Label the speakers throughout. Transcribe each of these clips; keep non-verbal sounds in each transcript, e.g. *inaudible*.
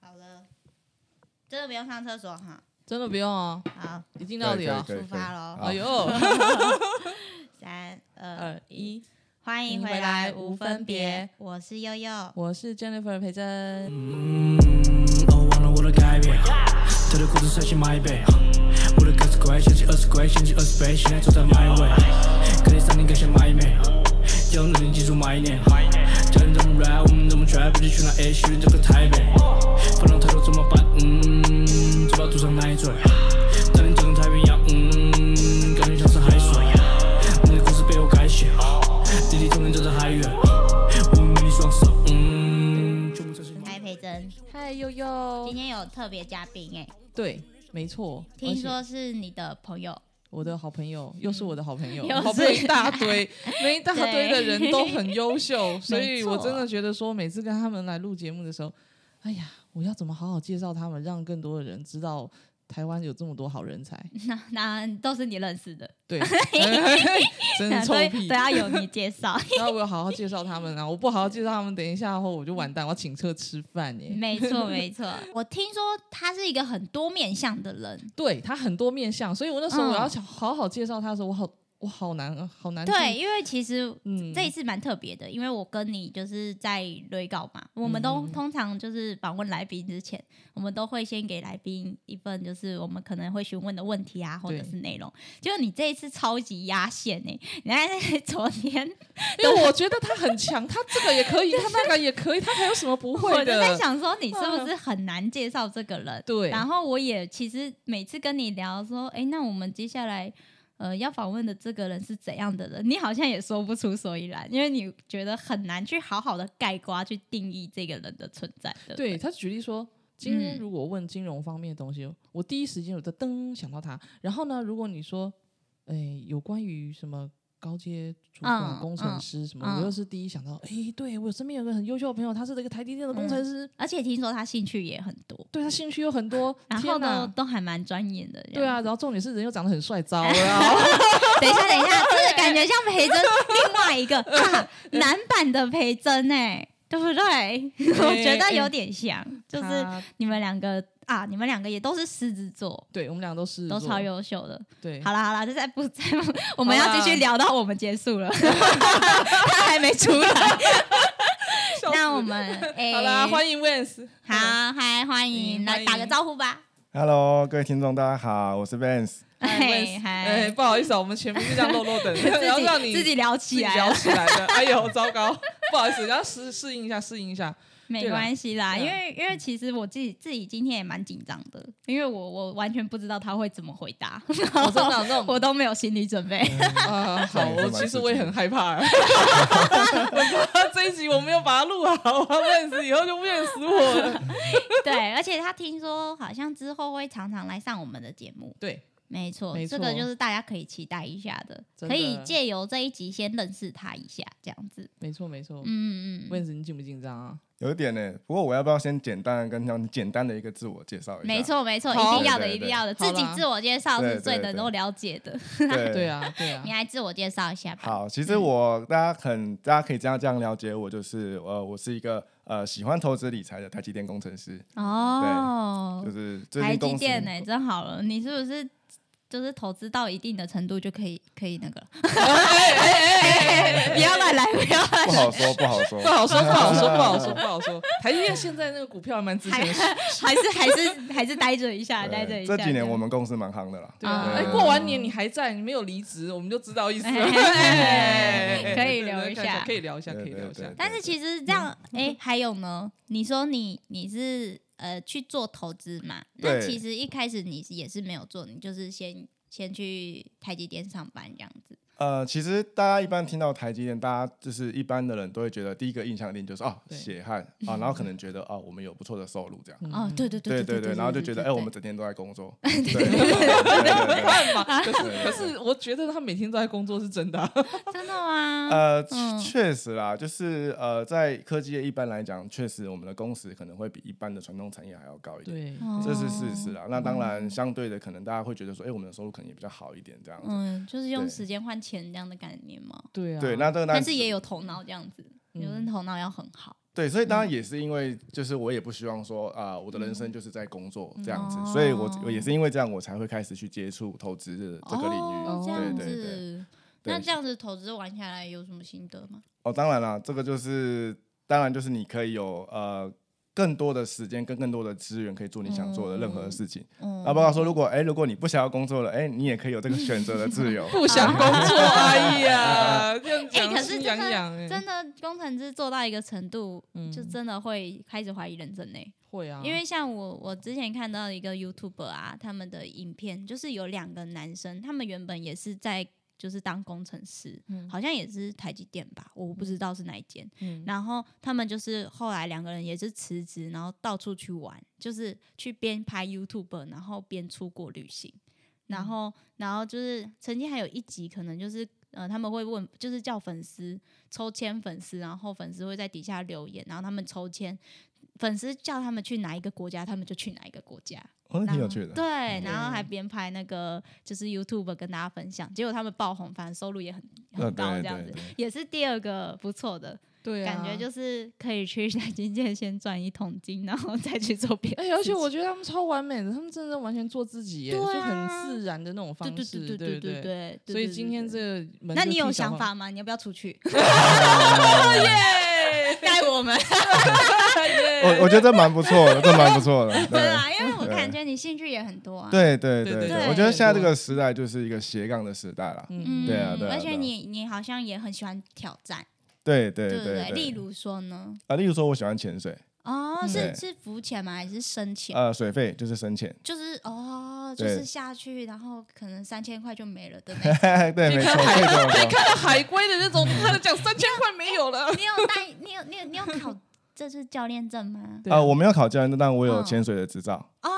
Speaker 1: 好了，真的不用上厕所哈。
Speaker 2: 真的不用啊，
Speaker 1: 好，
Speaker 2: 一镜到底啊！
Speaker 1: 出哦发喽！
Speaker 2: 哎呦，
Speaker 1: 三二
Speaker 2: 二
Speaker 1: *laughs*
Speaker 2: 一，
Speaker 1: 欢迎回来，无分别，我是悠悠。
Speaker 2: 我是 Jennifer 裴珍，
Speaker 3: 嗯，哦，忘了我的改变，他的裤子塞进马背，我的歌词快想起二十块，想起二十倍，现在坐在 my way，跟你商量感谢 my man，要能力记住 my name，教你怎么 rap，我们怎么 trap，不去去那 A 区这个台北，放浪抬头怎么办？嗯，嘴巴堵上奶嘴，带领整个太平洋，嗯，感觉像是海水，你的故事被我改写，弟弟童年走在海远，我们美丽双手，嗯，全部真心。
Speaker 1: 嗨，培珍，
Speaker 2: 嗨悠
Speaker 1: 今
Speaker 2: 悠，
Speaker 1: 天有特别嘉宾哎，
Speaker 2: 对，没错，
Speaker 1: 听
Speaker 2: 而且
Speaker 1: 说是你的朋友， *laughs*
Speaker 2: 我的好朋友又是我的好朋友
Speaker 1: 又，是
Speaker 2: 好朋友一大
Speaker 1: *laughs*
Speaker 2: 堆，每一大堆的
Speaker 1: 对
Speaker 2: 人都很优秀，所以我
Speaker 1: 错
Speaker 2: 真的觉得说，每次跟他们来录节目的时候，哎呀，我要怎么好好介绍他们，让更多的人知道台湾有这么多好人才？
Speaker 1: 那那都是你认识的， *laughs*
Speaker 2: 对，真的臭
Speaker 1: 所 *laughs*
Speaker 2: 屁
Speaker 1: 以都。要由你介绍。 *laughs*
Speaker 2: 然后我有好好介绍他们啊，我不好好介绍他们，等一下后我就完蛋，我要请客吃饭
Speaker 1: *laughs*
Speaker 2: 耶。
Speaker 1: 没错，没错。我听说他是一个很多面向的
Speaker 2: *laughs*
Speaker 1: 人，
Speaker 2: 对他很多面相，所以我那时候我要
Speaker 1: 嗯
Speaker 2: 想好好介绍他的时候，我好我好难好难去
Speaker 1: 对，因为其实
Speaker 2: 嗯
Speaker 1: 这一次蛮特别的，因为我跟你就是在雷稿嘛，我们都
Speaker 2: 嗯
Speaker 1: 通常就是访问来宾之前，我们都会先给来宾一份就是我们可能会询问的问题啊，或者
Speaker 2: 对
Speaker 1: 是内容。就你这一次超级压线呢、你看 *laughs* 昨天
Speaker 2: 因为我觉得他很强，他这个也可以，他那个也可以，他还有什么
Speaker 1: *laughs*
Speaker 2: 不
Speaker 1: 我
Speaker 2: 会
Speaker 1: 就在
Speaker 2: 的？嗯
Speaker 1: 想说你是不是很难介绍这个人？
Speaker 2: 对
Speaker 1: 然后我也其实每次跟你聊说，哎、那我们接下来呃要访问的这个人是怎样的人，你好像也说不出所以然，因为你觉得很难去好好的概括去定义这个人的存在。对不对
Speaker 2: 对他举例说，今天
Speaker 1: 嗯
Speaker 2: 如果问金融方面的东西，我第一时间我就噔想到他。然后呢，如果你说，哎，有关于什么？高阶主管、
Speaker 1: 嗯
Speaker 2: 工程师什么，
Speaker 1: 嗯
Speaker 2: 我又是第一想到，哎，对我身边有个很优秀的朋友，他是这个台积电
Speaker 1: 嗯
Speaker 2: 的工程师，
Speaker 1: 而且听说他兴趣也很多，
Speaker 2: 对他兴趣有很多，
Speaker 1: *laughs* 然后
Speaker 2: 天
Speaker 1: 呢
Speaker 2: 哪，
Speaker 1: 都还蛮专业的。
Speaker 2: 对，啊，然后重点是人又长得很
Speaker 1: *laughs*
Speaker 2: 帅，糟了。
Speaker 1: 等一下，等一下，这个感觉像培
Speaker 2: *laughs*
Speaker 1: 真另外一个、啊、男版的培真哎、对不对？ *laughs* 我觉得有点像，就是
Speaker 2: 他
Speaker 1: 你们两个啊，你们两个也都是狮子座，
Speaker 2: 对我们俩都是
Speaker 1: 都超优秀的。
Speaker 2: 对，
Speaker 1: 好啦好啦，这再不再不，我们要继续聊到我们结
Speaker 2: *laughs*
Speaker 1: 束了，他还没出来。
Speaker 2: *laughs* 笑死
Speaker 1: 那我们哎，
Speaker 2: 好啦，欢迎 Wins，
Speaker 1: 好嗨，欢迎
Speaker 2: 嗯欢
Speaker 1: 来
Speaker 2: 迎
Speaker 1: 打个招呼吧。
Speaker 4: Hello，各位听众，大家好，我是 Vance。
Speaker 1: 嘿
Speaker 2: 嗨哎，
Speaker 1: 嗨，
Speaker 2: 不好意思啊，我们前面就这样漏漏等， *laughs* 然后
Speaker 1: *laughs*
Speaker 2: 让
Speaker 1: 自己
Speaker 2: 你
Speaker 1: 自己聊
Speaker 2: 自己
Speaker 1: 起来啊
Speaker 2: 聊
Speaker 1: 了，
Speaker 2: 起来
Speaker 4: *laughs*
Speaker 2: 的，哎呦，糟糕，不好意思，要适适应一下，适应一下，
Speaker 1: 没
Speaker 2: 对啦
Speaker 1: 关系啦，因
Speaker 2: 对啊
Speaker 1: 为因为其实我自己自己今天也蛮紧张的，因为我我完全不知道他会怎么回答，
Speaker 2: 我哦真
Speaker 1: *laughs*
Speaker 2: 的那种
Speaker 1: 我都没有心理准备。
Speaker 2: 啊，好，我
Speaker 4: 对嗯这蛮
Speaker 2: 其实
Speaker 4: 刺
Speaker 2: 我也
Speaker 4: 激
Speaker 2: 很害怕，啊
Speaker 4: *laughs*
Speaker 2: 我怕这一集我没有把它录好，我怕 Wins 以后就怨死我了。
Speaker 1: *laughs* 对，而且他听说好像之后会常常来上我们的节目。
Speaker 2: 对，
Speaker 1: 没错，
Speaker 2: 没
Speaker 1: 这个
Speaker 2: 错
Speaker 1: 就是大家可以期待一下的，
Speaker 2: 真
Speaker 1: 可以
Speaker 2: 的
Speaker 1: 借由这一集先认识他一下，这样子。
Speaker 2: 没错没错
Speaker 1: 嗯嗯嗯，
Speaker 2: ，Wins 你紧不紧张啊？
Speaker 4: 有一点呢，不过我要不要先简单的跟他们简单的一个自我介绍一下？
Speaker 1: 没，错没错，
Speaker 2: 好
Speaker 1: 一定要的，
Speaker 4: 对对
Speaker 1: 一定要的，
Speaker 2: 对
Speaker 1: 自己
Speaker 2: 好啦
Speaker 1: 自我介绍是
Speaker 4: 对
Speaker 1: 最
Speaker 4: 对
Speaker 1: 能
Speaker 4: 对
Speaker 1: 够了解的。 *laughs*
Speaker 4: 对
Speaker 2: 对。啊对啊
Speaker 1: 你，来自我介绍一下吧。
Speaker 4: 好，其实我大家很大家可以这样这样了解我，就是呃，我是一个呃喜欢投资理财的台积电工程师，
Speaker 1: 哦
Speaker 4: 就，是最
Speaker 1: 台
Speaker 4: 近公
Speaker 1: 积
Speaker 4: 司
Speaker 1: 电呢，真好了，你是不是？就是投资到一定的程度就可以可以那个了，不要乱来，不要乱
Speaker 4: 不好说不好说
Speaker 2: 不，
Speaker 4: *laughs*
Speaker 2: 好说，不好说，不好说，不好说。台积电现在那个股票还蛮值钱的，
Speaker 1: 还是还是还是待着一下， *laughs* 待着一下。
Speaker 4: 对这几年我们公司蛮夯的啦。
Speaker 2: 对啊，
Speaker 1: 啊
Speaker 2: 哎，过完年你还在，你没有离职，我们就知道意思了。
Speaker 1: 哎哎哎
Speaker 2: 哎
Speaker 1: 可以聊一下
Speaker 2: 可以聊一下，可
Speaker 4: 对
Speaker 2: 以聊一下
Speaker 4: 对对。嗯
Speaker 1: 但是其实这样，哎、还有呢？你说你你是呃去做投资嘛？那
Speaker 4: 对
Speaker 1: 其实一开始你也是没有做，你就是先先去台积电上班这样子。
Speaker 4: 呃，其实大家一般听到台积电，大家就是一般的人都会觉得第一个印象一定就是啊
Speaker 2: 对
Speaker 4: 血汗啊，然后可能觉得啊我们有不错的收入这样。
Speaker 1: 哦，对对
Speaker 4: 嗯对
Speaker 1: 对
Speaker 4: 对对，然后就觉得哎，我们
Speaker 1: 对
Speaker 4: 整天都在工作，对对对
Speaker 2: 没
Speaker 4: 对
Speaker 2: 办法，可是
Speaker 4: 对对
Speaker 2: 可是，我觉得他每天都在工作是真的啊。
Speaker 1: 真的吗？
Speaker 4: 呃，
Speaker 1: 嗯
Speaker 4: 确实啦，就是呃，在科技业一般来讲，确实我们的工时可能会比一般的传统产业还要高一点，
Speaker 2: 对啊
Speaker 1: 哦
Speaker 4: 这是事实啦。那当然，相对的，可能大家会觉得说，哎，我们的收入可能也比较好一点这样子。
Speaker 1: 嗯，就是用
Speaker 4: 对
Speaker 1: 时间换钱这样的概念嘛。
Speaker 2: 对啊，
Speaker 4: 对，那这个嗯
Speaker 1: 但是也有头脑这样子，有人头脑要很好。
Speaker 4: 对，所以当然也是因为，就是我也不希望说啊、我的人生就是在工作这样子，
Speaker 1: 哦
Speaker 4: 所以我我也是因为这样，我才会开始去接触投资的这个领域。
Speaker 1: 哦、这样
Speaker 4: 对对对
Speaker 1: 子。
Speaker 4: 对
Speaker 1: 那这样子投资玩下来有什么心得吗？
Speaker 4: 哦，当然啦，这个就是当然就是你可以有呃更多的时间跟更多的资源可以做你想做的任何事情。
Speaker 1: 嗯，
Speaker 4: 那包括说，如果哎、如果你不想要工作了，哎、你也可以有这个选择的
Speaker 1: *laughs*
Speaker 4: 自由。
Speaker 2: *laughs*
Speaker 4: 啊
Speaker 2: 不想工作，哎
Speaker 4: *laughs*
Speaker 2: 呀，这样
Speaker 1: 哎、
Speaker 2: 讲
Speaker 1: 可是
Speaker 2: 心
Speaker 1: 真
Speaker 2: 痒
Speaker 1: 的
Speaker 2: 痒哎，
Speaker 1: 真的工程师做到一个程度，
Speaker 2: 嗯
Speaker 1: 就真的会开始怀疑人生呢、
Speaker 2: 会啊，
Speaker 1: 因为像我，我之前看到一个 YouTuber 啊，他们的影片就是有两个男生，他们原本也是在就是当工程师，
Speaker 2: 嗯
Speaker 1: 好像也是台积电吧，我不知道是哪一间。
Speaker 2: 嗯
Speaker 1: 然后他们就是后来两个人也是辞职，然后到处去玩，就是去边拍 YouTube，然后边出国旅行。
Speaker 2: 嗯
Speaker 1: 然后，然后就是曾经还有一集，可能就是呃，他们会问，就是叫粉丝抽签粉丝，然后粉丝会在底下留言，然后他们抽签，粉丝叫他们去哪一个国家，他们就去哪一个国家。
Speaker 4: 哦，
Speaker 1: 然
Speaker 4: 那挺有
Speaker 1: 后
Speaker 4: 趣的。
Speaker 1: *laughs* 对，然后还边拍那个就是 YouTube 跟大家分享，结果他们爆红，反正收入也很
Speaker 4: 呃
Speaker 1: 很
Speaker 4: 对
Speaker 1: 高，这样
Speaker 4: 对
Speaker 1: 子
Speaker 4: 对
Speaker 1: 也是第二个不错的。
Speaker 2: 对啊，
Speaker 1: 感觉就是可以去台积电先赚一桶金，然后再去做别的
Speaker 2: 哎、
Speaker 1: 事情。
Speaker 2: 而且我觉得他们超完美的，他们真的完全做自己耶，
Speaker 1: 对
Speaker 2: 就很
Speaker 1: 啊
Speaker 2: 自然的那种方
Speaker 1: 对
Speaker 2: 式，
Speaker 1: 对对
Speaker 2: 对
Speaker 1: 对对
Speaker 2: 不
Speaker 1: 对对。
Speaker 2: 所以
Speaker 1: 对
Speaker 2: 今天这，
Speaker 1: 对
Speaker 2: 个门，
Speaker 1: 那你有想？法吗？你要不要出
Speaker 2: *laughs*
Speaker 1: 去
Speaker 2: 耶
Speaker 1: 带我们？
Speaker 4: 我我觉得这蛮不错的，这蛮不错的。
Speaker 1: *laughs* 对
Speaker 4: 对
Speaker 1: 啊，因为我感觉你兴趣也很多啊。，
Speaker 4: 对对
Speaker 2: 对对
Speaker 4: 对
Speaker 1: 对
Speaker 4: 对，我觉得现在这个时代就是一个斜杠的时代啦。
Speaker 2: 嗯
Speaker 1: 嗯，
Speaker 4: 对啊对啊
Speaker 1: 而且
Speaker 4: 对啊
Speaker 1: 你你好像也很喜欢挑战，
Speaker 4: 对对
Speaker 1: 对不
Speaker 4: 对
Speaker 1: 例
Speaker 4: 对。
Speaker 1: 如说呢，
Speaker 4: 啊，例如说，我喜欢潜水，
Speaker 1: 哦，是
Speaker 4: 嗯对
Speaker 1: 是浮潜吗？还是深潜？
Speaker 4: 呃，水费就是深潜。
Speaker 1: 就是哦，就
Speaker 4: 对
Speaker 1: 是下去，然后可能三千块就没了的那种。
Speaker 4: *laughs* 对，没错，可以这么说。
Speaker 2: 看到海龟的那种，他的讲三千块没有
Speaker 4: *laughs*
Speaker 2: 了。
Speaker 1: *laughs* 你有带？你有你有你有考这是教练证吗？
Speaker 2: 对
Speaker 4: 啊、我没有考教练证，但我有
Speaker 1: 嗯
Speaker 4: 潜水的执照，
Speaker 1: 哦，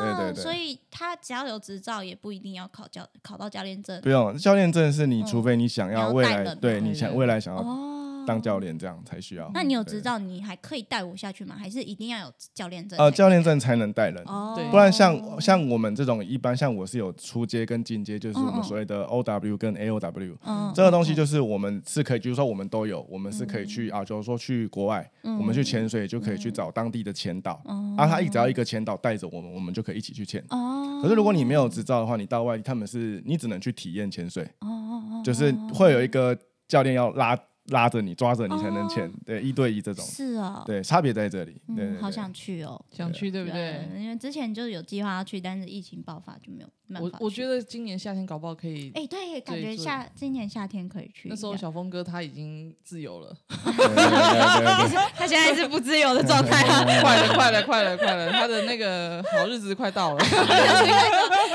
Speaker 4: 对对对
Speaker 1: 所以他只要有执照，也不一定要考教考到教练证
Speaker 4: 不用教练证是你，
Speaker 1: 嗯
Speaker 4: 除非你想
Speaker 1: 你要
Speaker 4: 未
Speaker 1: 带
Speaker 4: 来，
Speaker 1: 人嘛
Speaker 4: 对你
Speaker 2: 对
Speaker 4: 想
Speaker 2: 对
Speaker 4: 未来想要
Speaker 1: 哦。
Speaker 4: 啊当教练这样才需要。
Speaker 1: 那你有
Speaker 4: 对
Speaker 1: 执照，你还可以带我下去吗？还是一定要有教练证才可以？
Speaker 4: 呃，教练证才能带人，
Speaker 1: 哦，
Speaker 2: 对
Speaker 4: 不然像像我们这种一般，像我是有初阶跟进阶，就是我
Speaker 1: 嗯嗯
Speaker 4: 们所谓的 O W 跟 A O W。
Speaker 1: 嗯
Speaker 4: 这个东西就是我们是可以，就是说我们都有，我们是可以去啊，就是说去国外，
Speaker 1: 嗯
Speaker 4: 我们去潜水就可以去找当地的潜导，
Speaker 1: 哦
Speaker 4: 啊，他一只要一个潜导带着我们，我们就可以一起去潜。
Speaker 1: 哦，
Speaker 4: 可是如果你没有执照的话，你到外他们是你只能去体验潜水，
Speaker 1: 哦哦哦，
Speaker 4: 就是会有一个教练要拉拉着你、抓着你才能潜，对，一对一这种，
Speaker 1: 哦是哦，
Speaker 4: 对，差别在这里。对对
Speaker 1: 嗯，
Speaker 4: 对
Speaker 1: 好想去哦，
Speaker 2: 想去对不对？
Speaker 1: 嗯因为之前就有计划要去，但是疫情爆发就没有没有
Speaker 2: 我
Speaker 1: 办法
Speaker 2: 我
Speaker 1: 去
Speaker 2: 觉得今年夏天搞不好可以。
Speaker 1: 哎，对，感觉
Speaker 2: 对对
Speaker 1: 夏今年夏天可以去一下。
Speaker 2: 那时候小峰哥他已经自由
Speaker 4: *laughs*
Speaker 2: 了，
Speaker 4: 对
Speaker 1: *laughs*
Speaker 4: 对对对对对
Speaker 1: 他现在是不自由的状态
Speaker 4: *laughs*
Speaker 1: 啊， *laughs*
Speaker 2: 快了，快了，快了，快了，他的那个好日子快到了。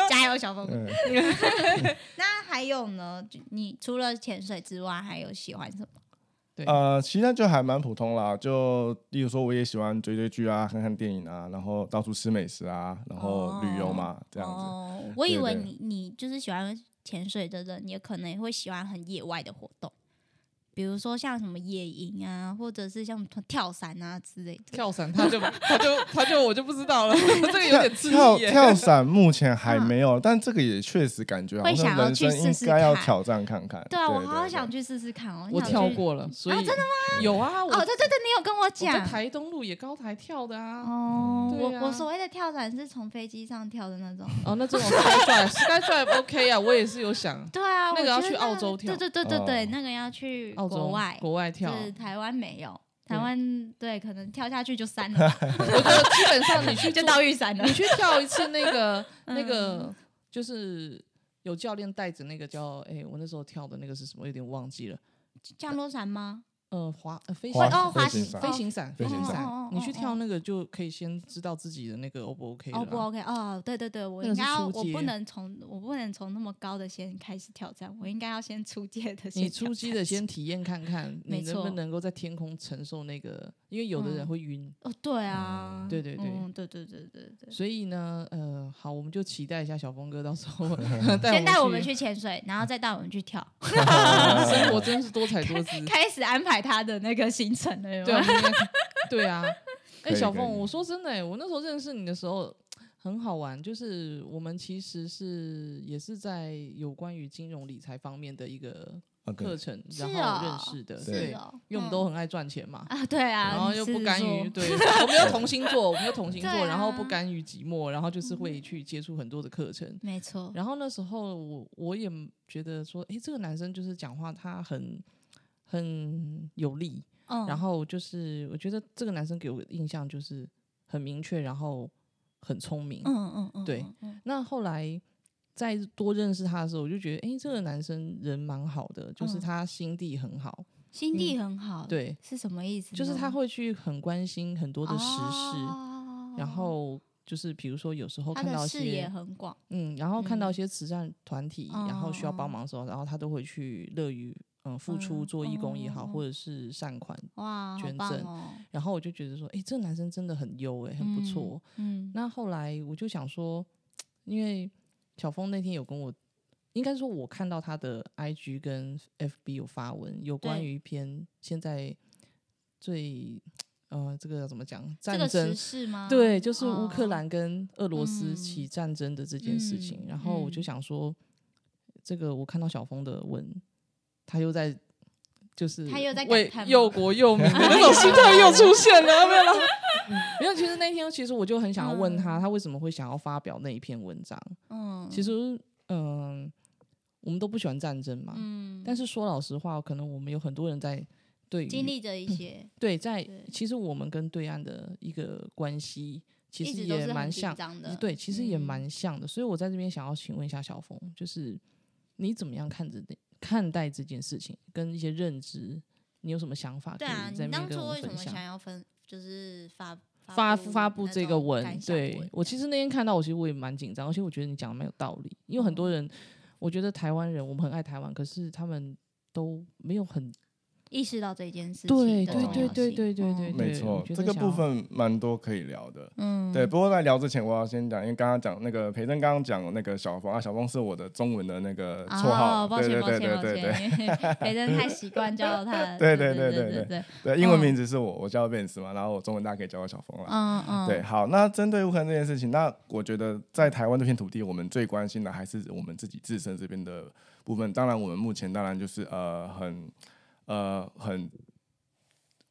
Speaker 1: 加油，小峰哥。
Speaker 4: 嗯
Speaker 1: 那还有呢？就你除了潜水之外，还有喜欢什么？
Speaker 4: 呃，其实就还蛮普通啦，就例如说我也喜欢追追剧啊，看看电影啊，然后到处吃美食啊，然后旅游嘛，这样子。
Speaker 1: 哦，我以为
Speaker 4: 对对
Speaker 1: 你你就是喜欢潜水的人，也可能会喜欢很野外的活动，比如说像什么野营啊，或者是像跳伞啊之类的。
Speaker 2: 跳伞
Speaker 1: *laughs*
Speaker 2: 他就他就他就我就不知道了，这个有点刺
Speaker 4: 跳
Speaker 2: 激耶。
Speaker 4: 跳伞目前还没
Speaker 1: *laughs*
Speaker 4: 有，但这个也确实感觉好
Speaker 1: 会
Speaker 4: 像
Speaker 1: 想要
Speaker 4: 人
Speaker 1: 去
Speaker 4: 生
Speaker 1: 试
Speaker 4: 应
Speaker 1: 试
Speaker 4: 该要
Speaker 1: 看
Speaker 4: 挑战看看。
Speaker 1: 对啊，我好
Speaker 4: 对
Speaker 1: 想去试试看哦。你
Speaker 2: 我
Speaker 1: 想
Speaker 2: 跳
Speaker 1: 去
Speaker 2: 过了，所以
Speaker 1: 啊真
Speaker 2: 的吗？有啊，我
Speaker 1: 哦，对对对，你有跟我
Speaker 2: 我在
Speaker 1: 讲。
Speaker 2: 台东路也高台跳的啊。
Speaker 1: 哦，
Speaker 2: 对
Speaker 1: 我
Speaker 2: 啊
Speaker 1: 我所谓的跳伞是从飞机上跳的那种。
Speaker 2: 哦，那这种 sky drive sky drive OK 啊，我也是有想
Speaker 1: *laughs* 对啊，
Speaker 2: 那个
Speaker 1: 我
Speaker 2: 要
Speaker 1: 觉得
Speaker 2: 去
Speaker 1: 那
Speaker 2: 澳
Speaker 1: 个
Speaker 2: 洲跳
Speaker 1: 对对对对对，
Speaker 4: 哦
Speaker 1: 那个要去
Speaker 2: 澳洲
Speaker 1: 国外，
Speaker 2: 国外跳。
Speaker 1: 是台湾没有，台
Speaker 2: 对
Speaker 1: 湾对可能跳下去就删了吧，
Speaker 2: 我觉得基本 *laughs* 上你去
Speaker 1: 就
Speaker 2: 做
Speaker 1: 到玉山了嗯
Speaker 2: 你。去跳一次那个 *laughs* 那个就是有教练带着那个叫哎，我那时候跳的那个是什么？有点忘记了。
Speaker 1: 降落伞吗？
Speaker 2: 呃，滑呃飞行
Speaker 4: 滑
Speaker 1: 会哦，滑
Speaker 4: 飞行
Speaker 1: 行
Speaker 4: 伞
Speaker 2: 飞行伞，
Speaker 4: 飞行伞
Speaker 1: 哦哦哦
Speaker 2: 你去跳那个就可以先知道自己的那个 O 不 OK 了啊
Speaker 1: 哦不
Speaker 2: 啦。
Speaker 1: OK 哦，对对对，我
Speaker 2: 那
Speaker 1: 应
Speaker 2: 个是
Speaker 1: 该要
Speaker 2: 初
Speaker 1: 我
Speaker 2: 阶
Speaker 1: 不能从我不能从那么高的先开始挑战，我应该要先出界的先。
Speaker 2: 你出击的先。体验
Speaker 1: *laughs*
Speaker 2: 看看，
Speaker 1: 没
Speaker 2: 你能
Speaker 1: 错
Speaker 2: 不能够在天空承受那个？因为有的
Speaker 1: 嗯
Speaker 2: 人会晕，
Speaker 1: 哦，对啊，
Speaker 2: 对对对
Speaker 1: 嗯对对对对对。
Speaker 2: 所以呢，呃，好，我们就期待一下小峰哥到时候
Speaker 4: *laughs*
Speaker 1: 先带
Speaker 2: 我
Speaker 1: 我们去潜水，然后再带我们去跳，
Speaker 2: 生活真是多彩多姿。
Speaker 1: 开始安排他的那个行程了。有没
Speaker 2: 对
Speaker 1: 有 *laughs*
Speaker 2: 啊，我们应该对啊。哎、
Speaker 4: 可以
Speaker 2: 小
Speaker 4: 可
Speaker 2: 凤，
Speaker 4: 以
Speaker 2: 我说真的、哎，我那时候认识你的时候很好玩，就是我们其实是也是在有关于金融理财方面的一个
Speaker 4: 啊，
Speaker 2: 课
Speaker 4: 对，
Speaker 2: 程，
Speaker 1: 是
Speaker 2: 然
Speaker 1: 哦
Speaker 2: 后认识的，
Speaker 4: 是
Speaker 2: 对，
Speaker 1: 哦
Speaker 2: 因为我们都很爱赚钱嘛，
Speaker 1: 啊，对啊，
Speaker 2: 然后
Speaker 1: 你
Speaker 2: 又
Speaker 1: 狮
Speaker 2: 不
Speaker 1: 子
Speaker 2: 甘
Speaker 1: 座
Speaker 2: 于，对，我们又同星座，我们又同星座，
Speaker 1: 对啊嗯
Speaker 2: 然后不甘于寂寞，然后就是会去接触很多的课程。
Speaker 1: 没错，
Speaker 2: 然后那时候我我也觉得说，诶，这个男生就是讲话他很很有力，
Speaker 1: 嗯，
Speaker 2: 然后就是我觉得这个男生给我的印象就是很明确，然后很聪明。
Speaker 1: 嗯嗯嗯，
Speaker 2: 对
Speaker 1: 嗯，嗯
Speaker 2: 那后来再多认识他的时候，我就觉得，诶，这个男生人蛮好的，就是
Speaker 1: 嗯
Speaker 2: 他心地很好，
Speaker 1: 心地很好，，
Speaker 2: 对，
Speaker 1: 是什么意思呢？
Speaker 2: 就是他会去很关心很多的时事，
Speaker 1: 嗯哦
Speaker 2: 然后就是比如说有时候
Speaker 1: 他
Speaker 2: 看到
Speaker 1: 的
Speaker 2: 一
Speaker 1: 视野
Speaker 2: 些
Speaker 1: 很广，
Speaker 2: 嗯，然后看到
Speaker 1: 嗯哦
Speaker 2: 一些慈善团体，然后需要帮忙的时候，然后他都会去乐于嗯付出
Speaker 1: 嗯
Speaker 2: 做义工也好，
Speaker 1: 哦
Speaker 2: 或者是善款。
Speaker 1: 哇，好
Speaker 2: 捐
Speaker 1: 棒
Speaker 2: 赠
Speaker 1: 哦，
Speaker 2: 然后我就觉得说，诶，这个男生真的很优诶，很不错。
Speaker 1: 嗯，
Speaker 2: 那后来我就想说，因为小峰那天有跟我。应该说，我看到他的 IG 跟 FB 有发文，有关
Speaker 1: 对
Speaker 2: 于偏现在最呃，这个要怎么讲？
Speaker 1: 这
Speaker 2: 战
Speaker 1: 个
Speaker 2: 争
Speaker 1: 时事吗？
Speaker 2: 对，就是乌克
Speaker 1: 啊哦
Speaker 2: 兰跟俄罗斯
Speaker 1: 嗯
Speaker 2: 起战争的这件事情。
Speaker 1: 嗯
Speaker 2: 然后我就
Speaker 1: 嗯
Speaker 2: 想说，这个我看到小峰的文，他又在就是
Speaker 1: 他又在感
Speaker 2: 为
Speaker 1: 叹吗
Speaker 2: 忧国忧
Speaker 1: *laughs*
Speaker 2: 民的那种心态又出现了，没有啦。 *laughs* 嗯没有，其实那天其实我就很想要问他，他为什么会想要发表那一篇文章？
Speaker 1: 嗯，
Speaker 2: 其实，嗯、我们都不喜欢战争嘛，
Speaker 1: 嗯，
Speaker 2: 但是说老实话，可能我们有很多人在对于
Speaker 1: 经历着一些，
Speaker 2: 对，在
Speaker 1: 对
Speaker 2: 其实我们跟对岸的一个关系其
Speaker 1: 一
Speaker 2: 实
Speaker 1: 直都
Speaker 2: 也
Speaker 1: 是很
Speaker 2: 蛮
Speaker 1: 紧
Speaker 2: 像，
Speaker 1: 张的，
Speaker 2: 对，其实也
Speaker 1: 嗯
Speaker 2: 蛮像的。所以我在这边想要请问一下小峰，就是你怎么样看着看待这件事情，跟一些认知，你有什么想法可
Speaker 1: 对啊，
Speaker 2: 以
Speaker 1: 你
Speaker 2: 在那边
Speaker 1: 当
Speaker 2: 跟
Speaker 1: 初
Speaker 2: 我
Speaker 1: 为什
Speaker 2: 分
Speaker 1: 么想
Speaker 2: 享？
Speaker 1: 要分，就是发
Speaker 2: 发
Speaker 1: 布
Speaker 2: 发布
Speaker 1: 那
Speaker 2: 这个
Speaker 1: 种
Speaker 2: 文
Speaker 1: 感，想
Speaker 2: 对
Speaker 1: 文
Speaker 2: 我其实那天看到，我其实我也蛮紧张，而且我觉得你讲的蛮有道理，因为很
Speaker 1: 嗯
Speaker 2: 多人，我觉得台湾人我们很爱台湾，可是他们都没有很
Speaker 1: 意识到这件事情
Speaker 2: 对
Speaker 1: 的
Speaker 2: 对
Speaker 1: 重
Speaker 2: 对
Speaker 1: 要
Speaker 2: 对
Speaker 1: 性
Speaker 2: 对对
Speaker 1: 嗯
Speaker 2: 对
Speaker 4: 没
Speaker 2: 对
Speaker 4: 错
Speaker 2: 我，觉
Speaker 4: 这
Speaker 2: 得
Speaker 4: 个
Speaker 2: 想
Speaker 4: 部
Speaker 2: 要
Speaker 4: 分蛮多可以聊的。
Speaker 1: 嗯，
Speaker 4: 对，不过在聊之前，我要先讲，因为刚刚讲那个培正刚刚讲那个小峰啊，小峰是我的中文的那个绰号，
Speaker 1: 哦，抱
Speaker 4: 对
Speaker 1: 歉
Speaker 4: 对
Speaker 1: 抱
Speaker 4: 对
Speaker 1: 歉
Speaker 4: 对
Speaker 1: 抱
Speaker 4: 对对
Speaker 1: 歉，因 *laughs* 为培真太习惯叫他，
Speaker 4: *laughs* 对
Speaker 1: 对
Speaker 4: 对对
Speaker 1: 对
Speaker 4: 对
Speaker 1: 对，
Speaker 4: 对，英文
Speaker 1: 嗯
Speaker 4: 名字是我，我叫 Vince 嘛，然后我中文大家可以叫我小峰啦。
Speaker 1: 嗯嗯，
Speaker 4: 对，，好，那针对乌克兰这件事情，那我觉得在台湾这片土地，我们最关心的还是我们自己自身这边的部分。当然，我们目前当然就是呃很呃很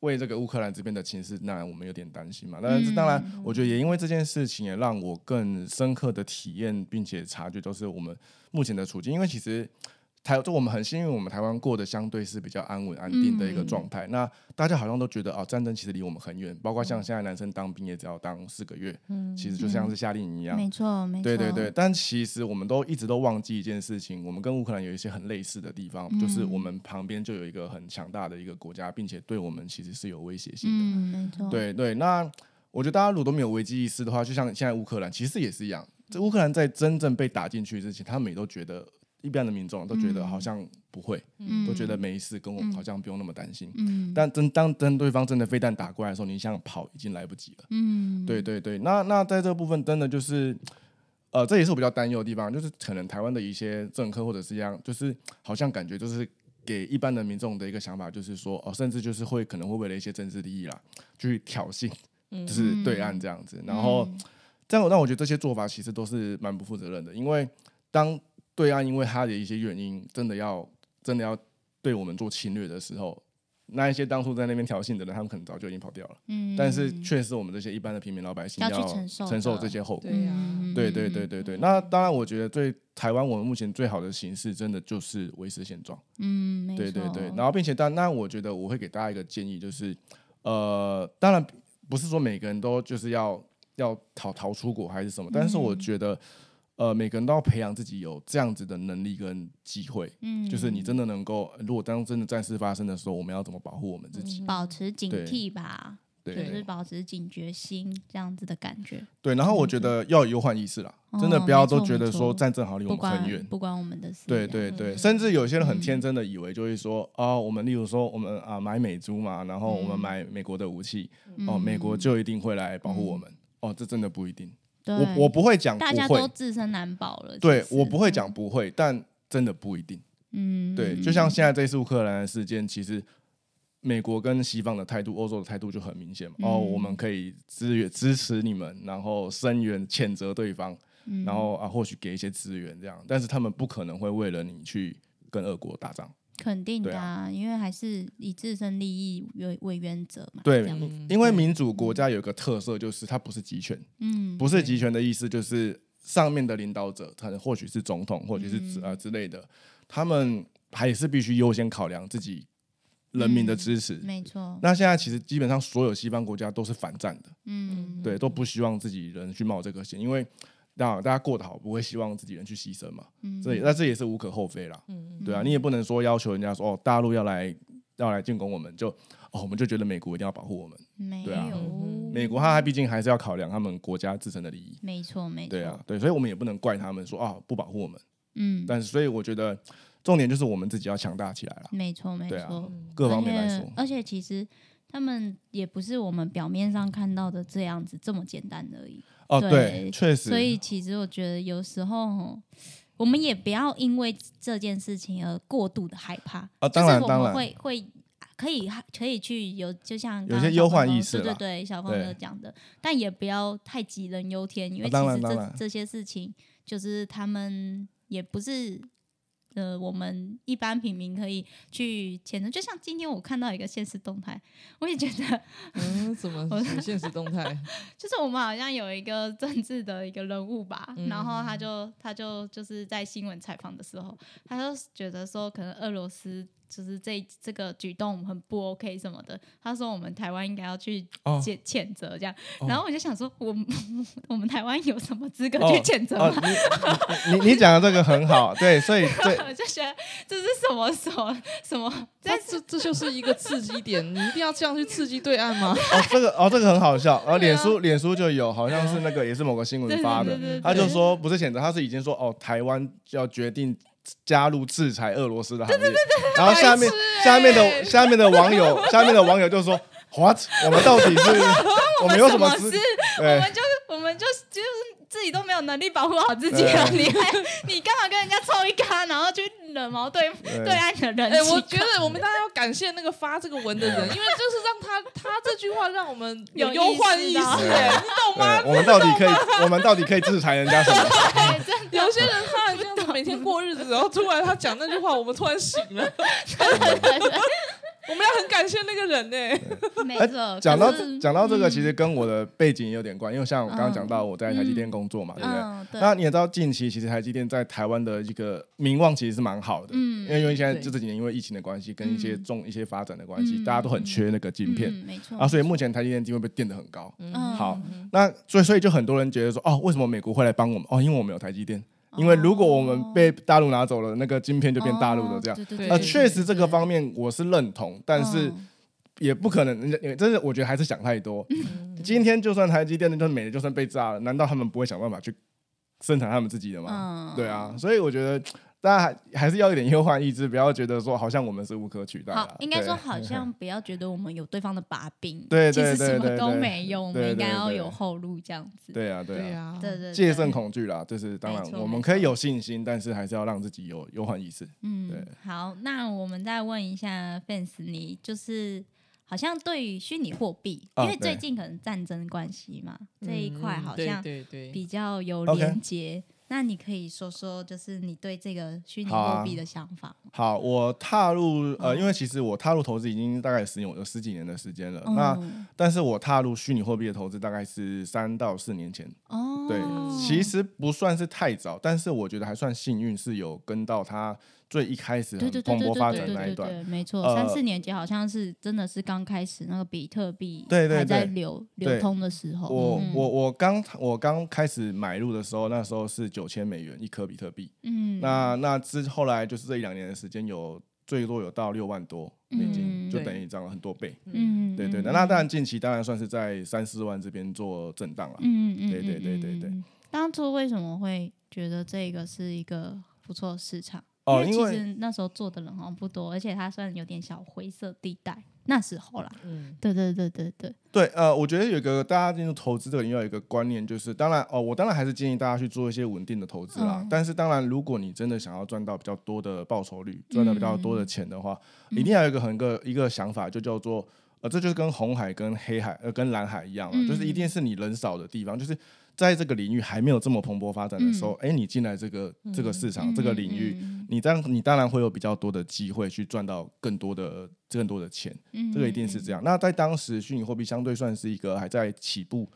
Speaker 4: 为这个乌克兰这边的情势，当然我们有点担心嘛。但是当然，我觉得也因为这件事情，也让我更深刻的体验，并且察觉，就是我们目前的处境。因为其实台，就我们很幸运，我们台湾过得相对是比较安稳安定的一个状态。那大家好像都觉得啊，战争其实离我们很远，包括
Speaker 1: 嗯
Speaker 4: 像现在男生当兵也只要当四个月，其实就像是夏令营一样。
Speaker 1: 没错没错，
Speaker 4: 对对对，，但其实我们都一直都忘记一件事情，我们跟乌克兰有一些很类似的地
Speaker 1: 嗯
Speaker 4: 方，就是我们旁边就有一个很强大的一个国家，并且对我们其实是有威胁性的。
Speaker 1: 嗯没错，
Speaker 4: 对对，那我觉得大家如果都没有危机意识的话，就像现在乌克兰其实也是一样，这乌克兰在真正被打进去之前，他们也都觉得一般的民众都觉得好像不会，
Speaker 1: 嗯，
Speaker 4: 都觉得没事，跟我们好像不用那么担心。
Speaker 1: 嗯
Speaker 4: 但真当真对方真的飞弹打过来的时候，你想跑已经来不及了。
Speaker 1: 嗯
Speaker 4: 对对对，那那在这部分真的就是，呃，这也是我比较担忧的地方，就是可能台湾的一些政客或者是一样，就是好像感觉就是给一般的民众的一个想法，就是说哦，甚至就是会可能会为了一些政治利益啦，去挑衅，就是对岸这样子，
Speaker 1: 嗯
Speaker 4: 然后。这样让我觉得这些做法其实都是蛮不负责任的，因为当对岸因为他的一些原因，真的要真的要对我们做侵略的时候，那一些当初在那边挑衅的人，他们可能早就已经跑掉了。
Speaker 1: 嗯，
Speaker 4: 但是却是我们这些一般的平民老百姓
Speaker 1: 要去承受的
Speaker 4: 承受这些后果。
Speaker 2: 对啊
Speaker 1: 嗯
Speaker 4: 对对对，对对，那当然，我觉得对台湾我们目前最好的形式，真的就是维持现状。
Speaker 1: 嗯，没
Speaker 4: 对对
Speaker 1: 错
Speaker 4: 对，然后并且当那我觉得我会给大家一个建议，就是呃，当然不是说每个人都就是要要逃逃出国还是什么，但是我
Speaker 1: 嗯
Speaker 4: 觉得、呃，每个人都要培养自己有这样子的能力跟机会，
Speaker 1: 嗯，
Speaker 4: 就是你真的能够，如果当真的战事发生的时候，我们要怎么保护我们自己？
Speaker 1: 嗯保持警
Speaker 4: 对
Speaker 1: 惕吧，
Speaker 4: 对
Speaker 1: 就
Speaker 4: 对
Speaker 1: 是保持警觉心这样子的感觉，
Speaker 4: 对，然后我觉得要有忧患意识啦，
Speaker 1: 嗯哦
Speaker 4: 真的不要
Speaker 1: 没
Speaker 4: 都
Speaker 1: 错
Speaker 4: 觉
Speaker 1: 没
Speaker 4: 得
Speaker 1: 错
Speaker 4: 说战争好离我
Speaker 1: 不
Speaker 4: 们很远
Speaker 1: 关。不嗯关我们的事，啊
Speaker 4: 对，对对，甚至有些人很天真的以为就会说啊，我们例如说我们啊买美猪嘛，然后我
Speaker 1: 嗯
Speaker 4: 们买美国的武器，哦，美国就一定会来保护我们。哦，这真的不一定。
Speaker 1: 嗯对，
Speaker 4: 我我不会讲不
Speaker 1: 大家都嗯
Speaker 4: 会，
Speaker 1: 自身难保了，
Speaker 4: 对
Speaker 1: 其实
Speaker 4: 我不会，讲不会，但真的不一定。
Speaker 1: 嗯，
Speaker 4: 对，就像现在这一次乌克兰的事件，其实美国跟西方的态度、欧洲的态度就很明显嘛。哦，我
Speaker 1: 嗯
Speaker 4: 们可以支援支持你们，然后声援、谴责对方，
Speaker 1: 嗯
Speaker 4: 然后啊，或许给一些资源这样，但是他们不可能会为了你去跟俄国打仗。
Speaker 1: 肯定
Speaker 4: 对
Speaker 1: 的、
Speaker 4: 啊
Speaker 1: 因为还是以自身利益为为原则嘛。
Speaker 4: 对
Speaker 1: 这样子
Speaker 4: 因为民主国家有一个特色，就是它不是集权，
Speaker 1: 嗯，
Speaker 4: 不是集权的意思就是上面的领导者，可能或许是总统，或许是之
Speaker 1: 嗯
Speaker 4: 呃之类的，他们还是必须优先考量自己人民的支持。
Speaker 1: 没错，
Speaker 4: 那现在其实基本上所有西方国家都是反战的，
Speaker 1: 嗯，
Speaker 4: 对，都不希望自己人去冒这个险，因为大家大家过得好，不会希望自己人去牺牲嘛。
Speaker 1: 嗯
Speaker 4: 这也那这也是无可厚非啦，
Speaker 2: 嗯
Speaker 4: 对啊，你也不能说要求人家说哦，大陆要来要来进攻我们，就哦我们就觉得美国一定要保护我们。
Speaker 1: 没
Speaker 4: 对啊
Speaker 1: 有，
Speaker 4: 美国它它毕竟还是要考量他们国家自身的利益，
Speaker 1: 没错，没错，
Speaker 4: 对啊，，对，所以我们也不能怪他们说啊不保护我们，
Speaker 1: 嗯，
Speaker 4: 但是所以我觉得重点就是我们自己要强大起来了，
Speaker 1: 没错，没
Speaker 4: 对啊
Speaker 1: 错。
Speaker 4: 各
Speaker 1: 而
Speaker 4: 方面来
Speaker 1: 且
Speaker 4: 说，
Speaker 1: 而且其实他们也不是我们表面上看到的这样子这么简单而已。
Speaker 4: 哦
Speaker 1: 对
Speaker 4: 对，确实，
Speaker 1: 所以其实我觉得有时候吼我们也不要因为这件事情而过度的害怕。就
Speaker 4: 啊
Speaker 1: 是
Speaker 4: 当然
Speaker 1: 我
Speaker 4: 当
Speaker 1: 们
Speaker 4: 然
Speaker 1: 会会可以可以去有，就像
Speaker 4: 有
Speaker 1: 刚刚
Speaker 4: 些
Speaker 1: 小
Speaker 4: 忧
Speaker 1: 胖
Speaker 4: 患
Speaker 1: 哥
Speaker 4: 意识
Speaker 1: 对对
Speaker 4: 啦
Speaker 1: 对，小胖哥
Speaker 4: 对
Speaker 1: 讲的，但也不要太杞人忧天，因为
Speaker 4: 啊
Speaker 1: 其
Speaker 4: 当然
Speaker 1: 实
Speaker 4: 当
Speaker 1: 这、
Speaker 4: 然
Speaker 1: 这些事情就是他们也不是。呃，我们一般平民可以去谴责，就像今天我看到一个现实动态，我也觉得
Speaker 2: 嗯，怎么
Speaker 1: 我
Speaker 2: 什么现实动态？
Speaker 1: 就是我们好像有一个政治的一个人物吧，
Speaker 2: 嗯
Speaker 1: 然后他就他就就是在新闻采访的时候，他就觉得说，可能俄罗斯就是这这个举动很不 OK 什么的，他说我们台湾应该要去
Speaker 4: 哦
Speaker 1: 谴谴责这样，
Speaker 4: 哦
Speaker 1: 然后我就想说，我们 *laughs* 我们台湾有什么资格
Speaker 4: 哦
Speaker 1: 去谴责
Speaker 4: 哦
Speaker 1: *laughs* 吗？
Speaker 4: 你你你你讲的这个很好， *laughs* 对，所以对
Speaker 1: 我就觉得这是什么什么什么，
Speaker 2: *laughs* 但这这就是一个刺激点，你一定要这样去刺激对
Speaker 1: *laughs*
Speaker 2: 岸吗？
Speaker 4: 哦，这个哦，这个很好笑。然后
Speaker 2: 对啊
Speaker 4: 脸书脸书就有，好像是那个也是某个新闻发
Speaker 1: 对
Speaker 4: 的
Speaker 1: 对对对，
Speaker 4: 他就说不是谴责，他是已经说哦，台湾要决定加入制裁俄罗斯的行列。然后下面下面
Speaker 1: 哎
Speaker 4: 的下面的网
Speaker 1: *laughs*
Speaker 4: 友下面的网友就说 what？我们到底是我们有什么
Speaker 1: 什么
Speaker 4: 资哎
Speaker 1: 事？我
Speaker 4: 对
Speaker 1: 们就是我们就是就是自己都没有能力保护好自己
Speaker 4: 哎
Speaker 1: 了，你还你干嘛跟人家抽一咖，然后去惹毛对
Speaker 4: 对
Speaker 1: 对岸的人？
Speaker 2: 哎、我觉得我们大家要感谢那个发这个文的人，因为就是让他他这句话让我们
Speaker 1: 有
Speaker 2: 忧患
Speaker 1: 意
Speaker 2: 意
Speaker 1: 识
Speaker 2: 识、
Speaker 1: 到 *laughs*
Speaker 2: 哎，你懂吗
Speaker 4: 对，？我们到底可以我们到底可以制裁人家什么？
Speaker 1: *laughs* 对，真的
Speaker 2: 有些人他这样子每天过日子，然后突然他讲那句话，我们突然醒了，我们要很感谢那个人呢、
Speaker 1: *laughs* 没
Speaker 4: 哎
Speaker 1: 错。
Speaker 4: 讲到
Speaker 1: 可是
Speaker 4: 讲到这个，其实跟我的背景也有点关，因为像我刚刚讲到我在台积电工作嘛，对不对？
Speaker 1: 嗯，对，
Speaker 4: 那你也知道，近期其实台积电在台湾的一个名望其实是蛮好的，
Speaker 1: 嗯
Speaker 4: 因为因为现在
Speaker 2: 对
Speaker 4: 就这几年因为疫情的关系，跟一些
Speaker 1: 嗯
Speaker 4: 重一些发展的关系，
Speaker 1: 嗯
Speaker 4: 大家都很缺那个晶片、
Speaker 1: 嗯没错
Speaker 4: 啊，所以目前台积电地位被垫得很高。
Speaker 1: 嗯
Speaker 4: 好，那所以所以就很多人觉得说，哦，为什么美国会来帮我们？哦，因为我们有台积电，因为如果我们被大陆拿走了，那个晶片就变大陆的这
Speaker 1: 哦。
Speaker 4: 样
Speaker 1: 对对
Speaker 2: 对
Speaker 4: 呃，
Speaker 1: 对
Speaker 4: 确实这个方面我是认同，但是
Speaker 1: 嗯
Speaker 4: 也不可能，人家真是我觉得还是想太多。
Speaker 1: 嗯
Speaker 4: 今天就算台积电的就美的就算被炸了，难道他们不会想办法去生产他们自己的吗？
Speaker 1: 嗯
Speaker 4: 对啊，所以我觉得大家还还是要有点忧患意志，不要觉得说好像我们是无可取代啦
Speaker 1: 好，。应该
Speaker 4: 对
Speaker 1: 说好像不要觉得我们有对方的把柄，
Speaker 4: 对
Speaker 1: 其
Speaker 4: 对
Speaker 1: 实什
Speaker 4: 对
Speaker 1: 么
Speaker 4: 对
Speaker 1: 都
Speaker 4: 对
Speaker 1: 没有，我
Speaker 4: 对
Speaker 1: 们应该
Speaker 4: 对
Speaker 1: 要
Speaker 4: 对
Speaker 1: 有后路这样子。
Speaker 4: *laughs* 对啊，对
Speaker 2: 对
Speaker 4: 啊。
Speaker 2: 啊，
Speaker 1: 对对，
Speaker 4: 戒
Speaker 1: 对
Speaker 4: 慎恐惧啦，就是当
Speaker 1: 没
Speaker 4: 然
Speaker 1: 错
Speaker 4: 我们可以有信心，但是还是要让自己有忧患意识。
Speaker 1: 嗯
Speaker 4: 对，
Speaker 1: 好，那我们再问一下 fans，你就是好像对于虚拟货币，
Speaker 4: 啊
Speaker 1: 因为最
Speaker 4: 对嗯
Speaker 1: 近可能战争关系嘛，这一块好像
Speaker 2: 嗯对对对，
Speaker 1: 比较有
Speaker 4: OK
Speaker 1: 连接。那你可以说说，就是你对这个虚拟
Speaker 4: 好啊
Speaker 1: 货币的想法吗？
Speaker 4: 好，我踏入呃，
Speaker 1: 嗯
Speaker 4: 因为其实我踏入投资已经大概十年有十几年的时间了。那
Speaker 1: 嗯
Speaker 4: 但是我踏入虚拟货币的投资大概是三到四年前，
Speaker 1: 哦，
Speaker 4: 对，其实不算是太早，但是我觉得还算幸运，是有跟到它最一开始
Speaker 1: 对
Speaker 4: 很
Speaker 1: 对对
Speaker 4: 蓬
Speaker 1: 对
Speaker 4: 勃发展
Speaker 1: 对
Speaker 4: 的那
Speaker 1: 对
Speaker 4: 一
Speaker 1: 对
Speaker 4: 段。
Speaker 1: 对，没错，
Speaker 4: 呃
Speaker 1: 三四年级好像是真的是刚开始那个比特币
Speaker 4: 对对
Speaker 1: 还在
Speaker 4: 对
Speaker 1: 流
Speaker 4: 对
Speaker 1: 流通的时候，
Speaker 4: 我
Speaker 1: 嗯
Speaker 4: 我我刚我刚开始买入的时候，那时候是九千美元一颗比特币，
Speaker 1: 嗯
Speaker 4: 那那之后来就是这一两年的时间有。最多有到六万多美金，
Speaker 1: 嗯
Speaker 4: 就
Speaker 2: 对
Speaker 4: 等于涨了很多倍。
Speaker 1: 嗯
Speaker 4: 对对，那那当然近期当然算是在三四万这边做震荡了。
Speaker 1: 嗯嗯，
Speaker 4: 对对对对对
Speaker 1: 嗯。嗯嗯当初为什么会觉得这个是一个不错的市场？
Speaker 4: 哦
Speaker 1: 因
Speaker 4: 因为
Speaker 1: 其实那时候做的人好像不多，而且它算有点小灰色地带，那时候啦。
Speaker 2: 嗯，
Speaker 1: 对对对对对，
Speaker 4: 对，呃，我觉得有一个大家进入投资这个领域有一个观念，就是当然哦，我当然还是建议大家去做一些稳定的投资啦。
Speaker 1: 嗯
Speaker 4: 但是当然，如果你真的想要赚到比较
Speaker 1: 嗯
Speaker 4: 多的报酬率，赚到比较多的钱的话，一定要有一个很个一个想法，就叫做呃，这就是跟红海、跟黑海、呃，跟蓝海一样、啊，
Speaker 1: 嗯
Speaker 4: 就是一定是你人少的地方，就是在这个领域还没有这么蓬勃发展的时候，哎、你进来这个这个市场、这个领域，
Speaker 1: 嗯
Speaker 4: 你当你当然会有比较多的机会去赚到更多的更多的钱，
Speaker 1: 嗯
Speaker 4: 这个一定是这样。那在当时，虚拟货币相对算是一个还在起步、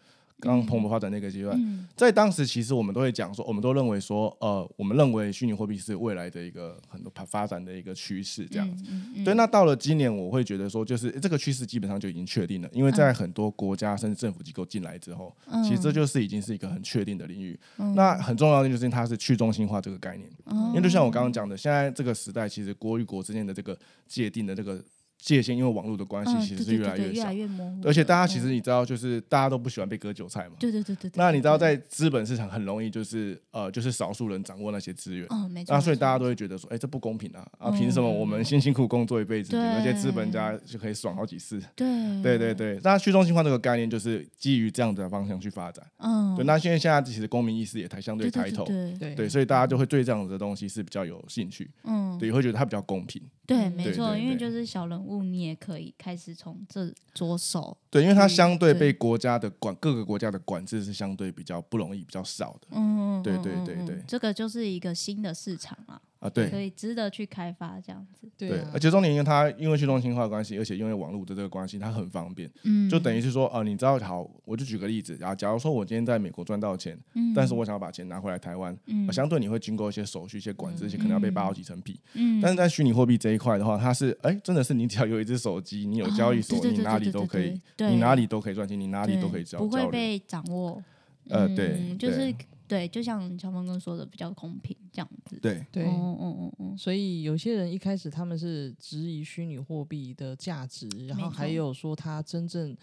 Speaker 4: 刚蓬勃发展那个阶段，
Speaker 1: 嗯
Speaker 4: 在当时其实我们都会讲说，我们都认为说，呃，我们认为虚拟货币是未来的一个很多发展的一个趋势，这样子。
Speaker 1: 嗯嗯
Speaker 4: 对，那到了今年，我会觉得说，就是这个趋势基本上就已经确定了，
Speaker 1: 嗯
Speaker 4: 因为在很多国家甚至政府机构进来之后，其实这就是已经是一个很确定的领域。
Speaker 1: 嗯
Speaker 4: 那很重要的就是它是去中心化这个概念，
Speaker 1: 哦
Speaker 4: 因为就像我刚刚讲的，现在这个时代其实国与国之间的这个界定的这个界限，因为网络的关系
Speaker 1: 嗯
Speaker 4: 其
Speaker 1: 对
Speaker 4: 实是
Speaker 1: 对
Speaker 4: 越来
Speaker 1: 对
Speaker 4: 越
Speaker 1: 对越
Speaker 4: 小，
Speaker 1: 来越模糊了，
Speaker 4: 而且大家其实
Speaker 1: 嗯
Speaker 4: 你知道，就是大家都不喜欢被割韭菜嘛。
Speaker 1: 对对对对对，
Speaker 4: 那你知道，
Speaker 1: 对
Speaker 4: 在资本市场很容易就是呃，就是少数人掌握那些资源，
Speaker 1: 哦，没错，
Speaker 4: 那啊所以大家
Speaker 1: 都
Speaker 4: 都会觉得说，哎、这不公平啊！啊，凭什么我们辛辛苦苦工作一辈子，
Speaker 1: 嗯对嗯
Speaker 4: 那些资本家就可以爽好几次？
Speaker 1: 对
Speaker 4: 对对，对，那去中心化这个概念就是基于这样的方向去发展。
Speaker 1: 嗯，
Speaker 4: 对，那现在现在其实公民意识也抬相对
Speaker 1: 对
Speaker 4: 抬头，
Speaker 1: 对，嗯对
Speaker 2: 对
Speaker 4: 对，所以大家就会对这样子的东西是比较有兴趣，
Speaker 1: 嗯，
Speaker 4: 对，会觉得它比较公平。
Speaker 1: 对，
Speaker 2: 嗯
Speaker 1: 没
Speaker 4: 对
Speaker 1: 错，
Speaker 4: 对
Speaker 1: 因为
Speaker 4: 对
Speaker 1: 就是小人物，你也可以开始从这着手，
Speaker 4: 对，因为它相对
Speaker 1: 嗯对
Speaker 4: 被国家的管各个国家的管制是相对比较不容易、比较少的
Speaker 1: 嗯，嗯
Speaker 4: 对
Speaker 1: 嗯
Speaker 4: 对
Speaker 1: 嗯
Speaker 4: 对
Speaker 1: 嗯
Speaker 4: 对
Speaker 1: 这个就是一个新的市场啊，
Speaker 4: 啊。
Speaker 1: 可
Speaker 4: 对
Speaker 1: 以值得去开发这样子，
Speaker 2: 对
Speaker 4: 对
Speaker 2: 啊，
Speaker 4: 而且重点因为它因为去中心化的关系，而且因为网络的这个关系，它很方便。
Speaker 1: 嗯，
Speaker 4: 就等于是说，呃，你知道，好，我就举个例子，啊，假如说我今天在美国赚到钱，
Speaker 1: 嗯，
Speaker 4: 但是我想要把钱拿回来台湾，
Speaker 1: 嗯
Speaker 4: 呃相对你会经过一些手续、一些管制，一些可能要被扒到几层皮。
Speaker 1: 嗯，
Speaker 4: 但是在虚拟货币这一块的话，它是，哎，真的是你只要有一只手机，你有交易所，
Speaker 1: 哦对对
Speaker 4: 你
Speaker 1: 对
Speaker 4: 哪
Speaker 1: 对
Speaker 4: 里
Speaker 1: 对
Speaker 4: 都可以，
Speaker 1: 对
Speaker 4: 你哪里都可以赚钱，你哪里都
Speaker 1: 对
Speaker 4: 可以交
Speaker 1: 不会
Speaker 4: 交流。
Speaker 1: 被掌握，
Speaker 4: 呃
Speaker 1: 嗯
Speaker 4: 对
Speaker 1: 就是
Speaker 4: 对
Speaker 1: 对，就像乔峰哥说的，比较公平这样子，
Speaker 4: 对，
Speaker 2: 对。
Speaker 1: 哦哦哦哦，
Speaker 2: 所以有些人一开始他们是质疑虚拟货币的价值，然后
Speaker 1: 没错
Speaker 2: 还有说它真正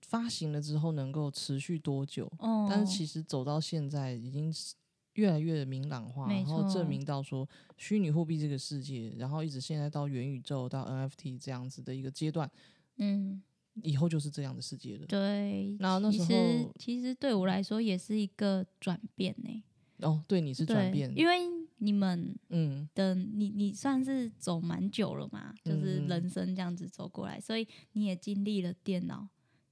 Speaker 2: 发行了之后能够持续多久，
Speaker 1: 哦，
Speaker 2: 但是其实走到现在已经是越来越明朗化，
Speaker 1: 没
Speaker 2: 然后
Speaker 1: 错
Speaker 2: 证明到说虚拟货币这个世界，然后一直现在到元宇宙到 NFT 这样子的一个阶段，
Speaker 1: 嗯。
Speaker 2: 以后就是这样的世界了。
Speaker 1: 对，
Speaker 2: 那那
Speaker 1: 其
Speaker 2: 时
Speaker 1: 实
Speaker 2: 候
Speaker 1: 其实对我来说也是一个转变呢、
Speaker 2: 哦，对，你是
Speaker 1: 对，
Speaker 2: 转变，
Speaker 1: 因
Speaker 2: 为
Speaker 1: 为你们 *laughs*
Speaker 2: 嗯，
Speaker 1: 的你你算是走蛮久了嘛，就是
Speaker 2: 嗯嗯
Speaker 1: 人生这样子走过来，所以你也经历了电脑，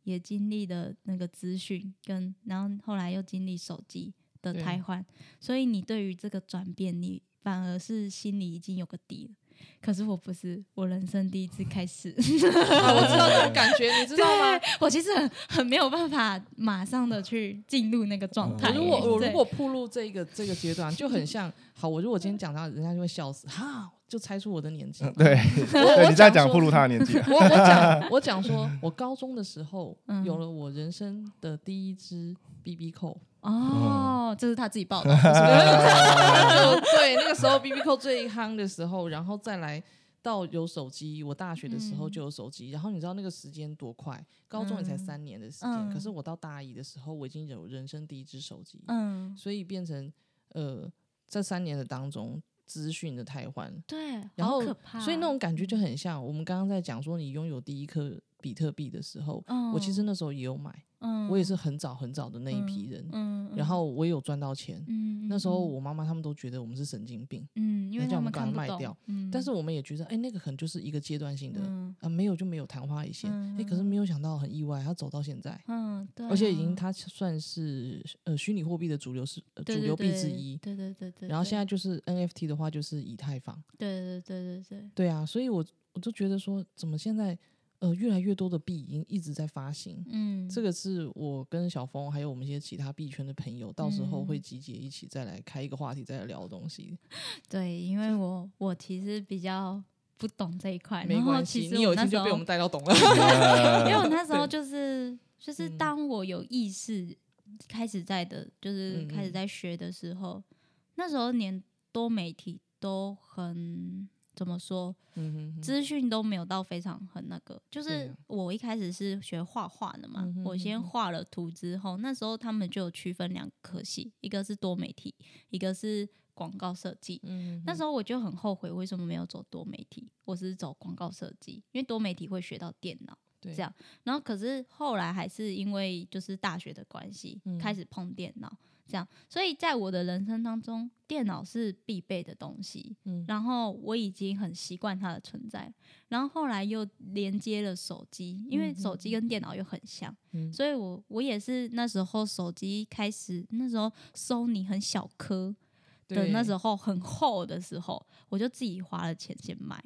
Speaker 1: 也经历了那个资讯，跟然后后来又经历手机的
Speaker 2: 对
Speaker 1: 瘫痪，所以你对于这个转变，你反而是心里已经有个底了。可是我不是，我人生第一次开始， *laughs*
Speaker 2: 啊，我知道 *laughs* 那个感觉，你知道吗？
Speaker 1: 我其实很很没有办法马上的去进入那个状态、
Speaker 4: 嗯
Speaker 2: 如果
Speaker 1: 欸
Speaker 2: 我
Speaker 1: 对
Speaker 2: 如果铺路这个这个阶段，就很像好，我如果今天讲到，人家就会笑死，哈，就猜出我的年纪。
Speaker 4: *laughs* 对，对，你在讲暴
Speaker 2: 铺
Speaker 4: 露他的
Speaker 1: *laughs*
Speaker 4: 年纪啊，
Speaker 2: 我我讲我讲说，我高中的时候
Speaker 1: 嗯
Speaker 2: 有了我人生的第一支 BB 扣，
Speaker 1: 哦，这是他自己报的，不
Speaker 2: *laughs*
Speaker 1: 是
Speaker 2: 就对，那个时候 BB 扣最夯的时候，然后再来到有手机，我大学的时候
Speaker 1: 嗯
Speaker 2: 就有手机，然后你知道那个时间多快，高中也才
Speaker 1: 嗯
Speaker 2: 三年的时间，
Speaker 1: 嗯
Speaker 2: 可是我到大一的时候，我已经有人生第一只手机，
Speaker 1: 嗯，
Speaker 2: 所以变成呃，这三年的当中，资讯的太换，
Speaker 1: 对，
Speaker 2: 然
Speaker 1: 好
Speaker 2: 后
Speaker 1: 可怕，哦嗯
Speaker 2: 所以那种感觉就很像我们刚刚在讲说，你拥有第一颗比特币的时候，
Speaker 1: 嗯，
Speaker 2: 我其实那时候也有买，
Speaker 1: 嗯，
Speaker 2: 我也是很早很早的那一批人，
Speaker 1: 嗯，嗯，
Speaker 2: 然后我也有赚到钱。
Speaker 1: 嗯，嗯
Speaker 2: 那时候我妈妈他们都觉得我们是神经病，
Speaker 1: 嗯，因为
Speaker 2: 那叫
Speaker 1: 他
Speaker 2: 我
Speaker 1: 们
Speaker 2: 们把它
Speaker 1: 看不
Speaker 2: 卖
Speaker 1: 懂
Speaker 2: 掉，
Speaker 1: 嗯，
Speaker 2: 但是我们也觉得，哎、那个可能就是一个阶段性的，啊、
Speaker 1: 嗯
Speaker 2: 没有就没有昙花一现。哎、
Speaker 1: 嗯
Speaker 2: 可是没有想到很意外，它走到现在，
Speaker 1: 嗯，对啊，
Speaker 2: 而且已经它算是呃虚拟货币的主流是、呃
Speaker 1: 对
Speaker 2: 主
Speaker 1: 对
Speaker 2: 流币之
Speaker 1: 对
Speaker 2: 一。
Speaker 1: 对对对对，
Speaker 2: 然后
Speaker 1: 对
Speaker 2: 现在就是 NFT 的话，就是以太坊。
Speaker 1: 对对对对对，
Speaker 2: 对啊，所以我我就觉得说，怎么现在呃越来越多的币已经一直在发行。
Speaker 1: 嗯，
Speaker 2: 这个是我跟小峰还有我们一些其他币圈的朋友，到时候会
Speaker 1: 嗯
Speaker 2: 集结一起再来开一个话题，再来聊东西。
Speaker 1: 对，因为我我其实比较不懂这一块，
Speaker 2: 没
Speaker 1: 哎然后
Speaker 2: 关
Speaker 1: 其
Speaker 2: 系，
Speaker 1: 实
Speaker 2: 你有一
Speaker 1: 那
Speaker 2: 天
Speaker 1: 时
Speaker 2: 就被我
Speaker 1: 候
Speaker 2: 们带到
Speaker 1: *laughs*
Speaker 2: 懂了。
Speaker 1: 因为
Speaker 2: *laughs*
Speaker 1: 我那时候就是就是
Speaker 2: 嗯
Speaker 1: 当我有意识开始在的，就是
Speaker 2: 嗯
Speaker 1: 开始
Speaker 2: 嗯
Speaker 1: 在学的时候，那时候连多媒体都很怎么说，
Speaker 2: 嗯哼哼
Speaker 1: 资讯都没有到非常很那个。就
Speaker 2: 对
Speaker 1: 是
Speaker 2: 啊
Speaker 1: 我一开始是学画画的嘛
Speaker 2: 嗯，哼
Speaker 1: 我先
Speaker 2: 嗯哼
Speaker 1: 画了图之后，那时候他们就有区分两科系，一个是多媒体，一个是广告设计。
Speaker 2: 嗯
Speaker 1: 那时候我就很后悔，为什么没有走多媒体，我是走广告设计，因为多媒体会学到电脑。
Speaker 2: 对，
Speaker 1: 这样然后可是后来还是因为就是大学的关系，
Speaker 2: 嗯
Speaker 1: 开始碰电脑，这样，所以在我的人生当中，电脑是必备的东西。
Speaker 2: 嗯
Speaker 1: 然后我已经很习惯它的存在，然后后来又连接了手机，因为手机跟电脑又很像，
Speaker 2: 嗯
Speaker 1: 所以我我也是那时候手机开始，那时候 Sony 很小颗的
Speaker 2: 对
Speaker 1: 那时候很厚的时候，我就自己花了钱先买，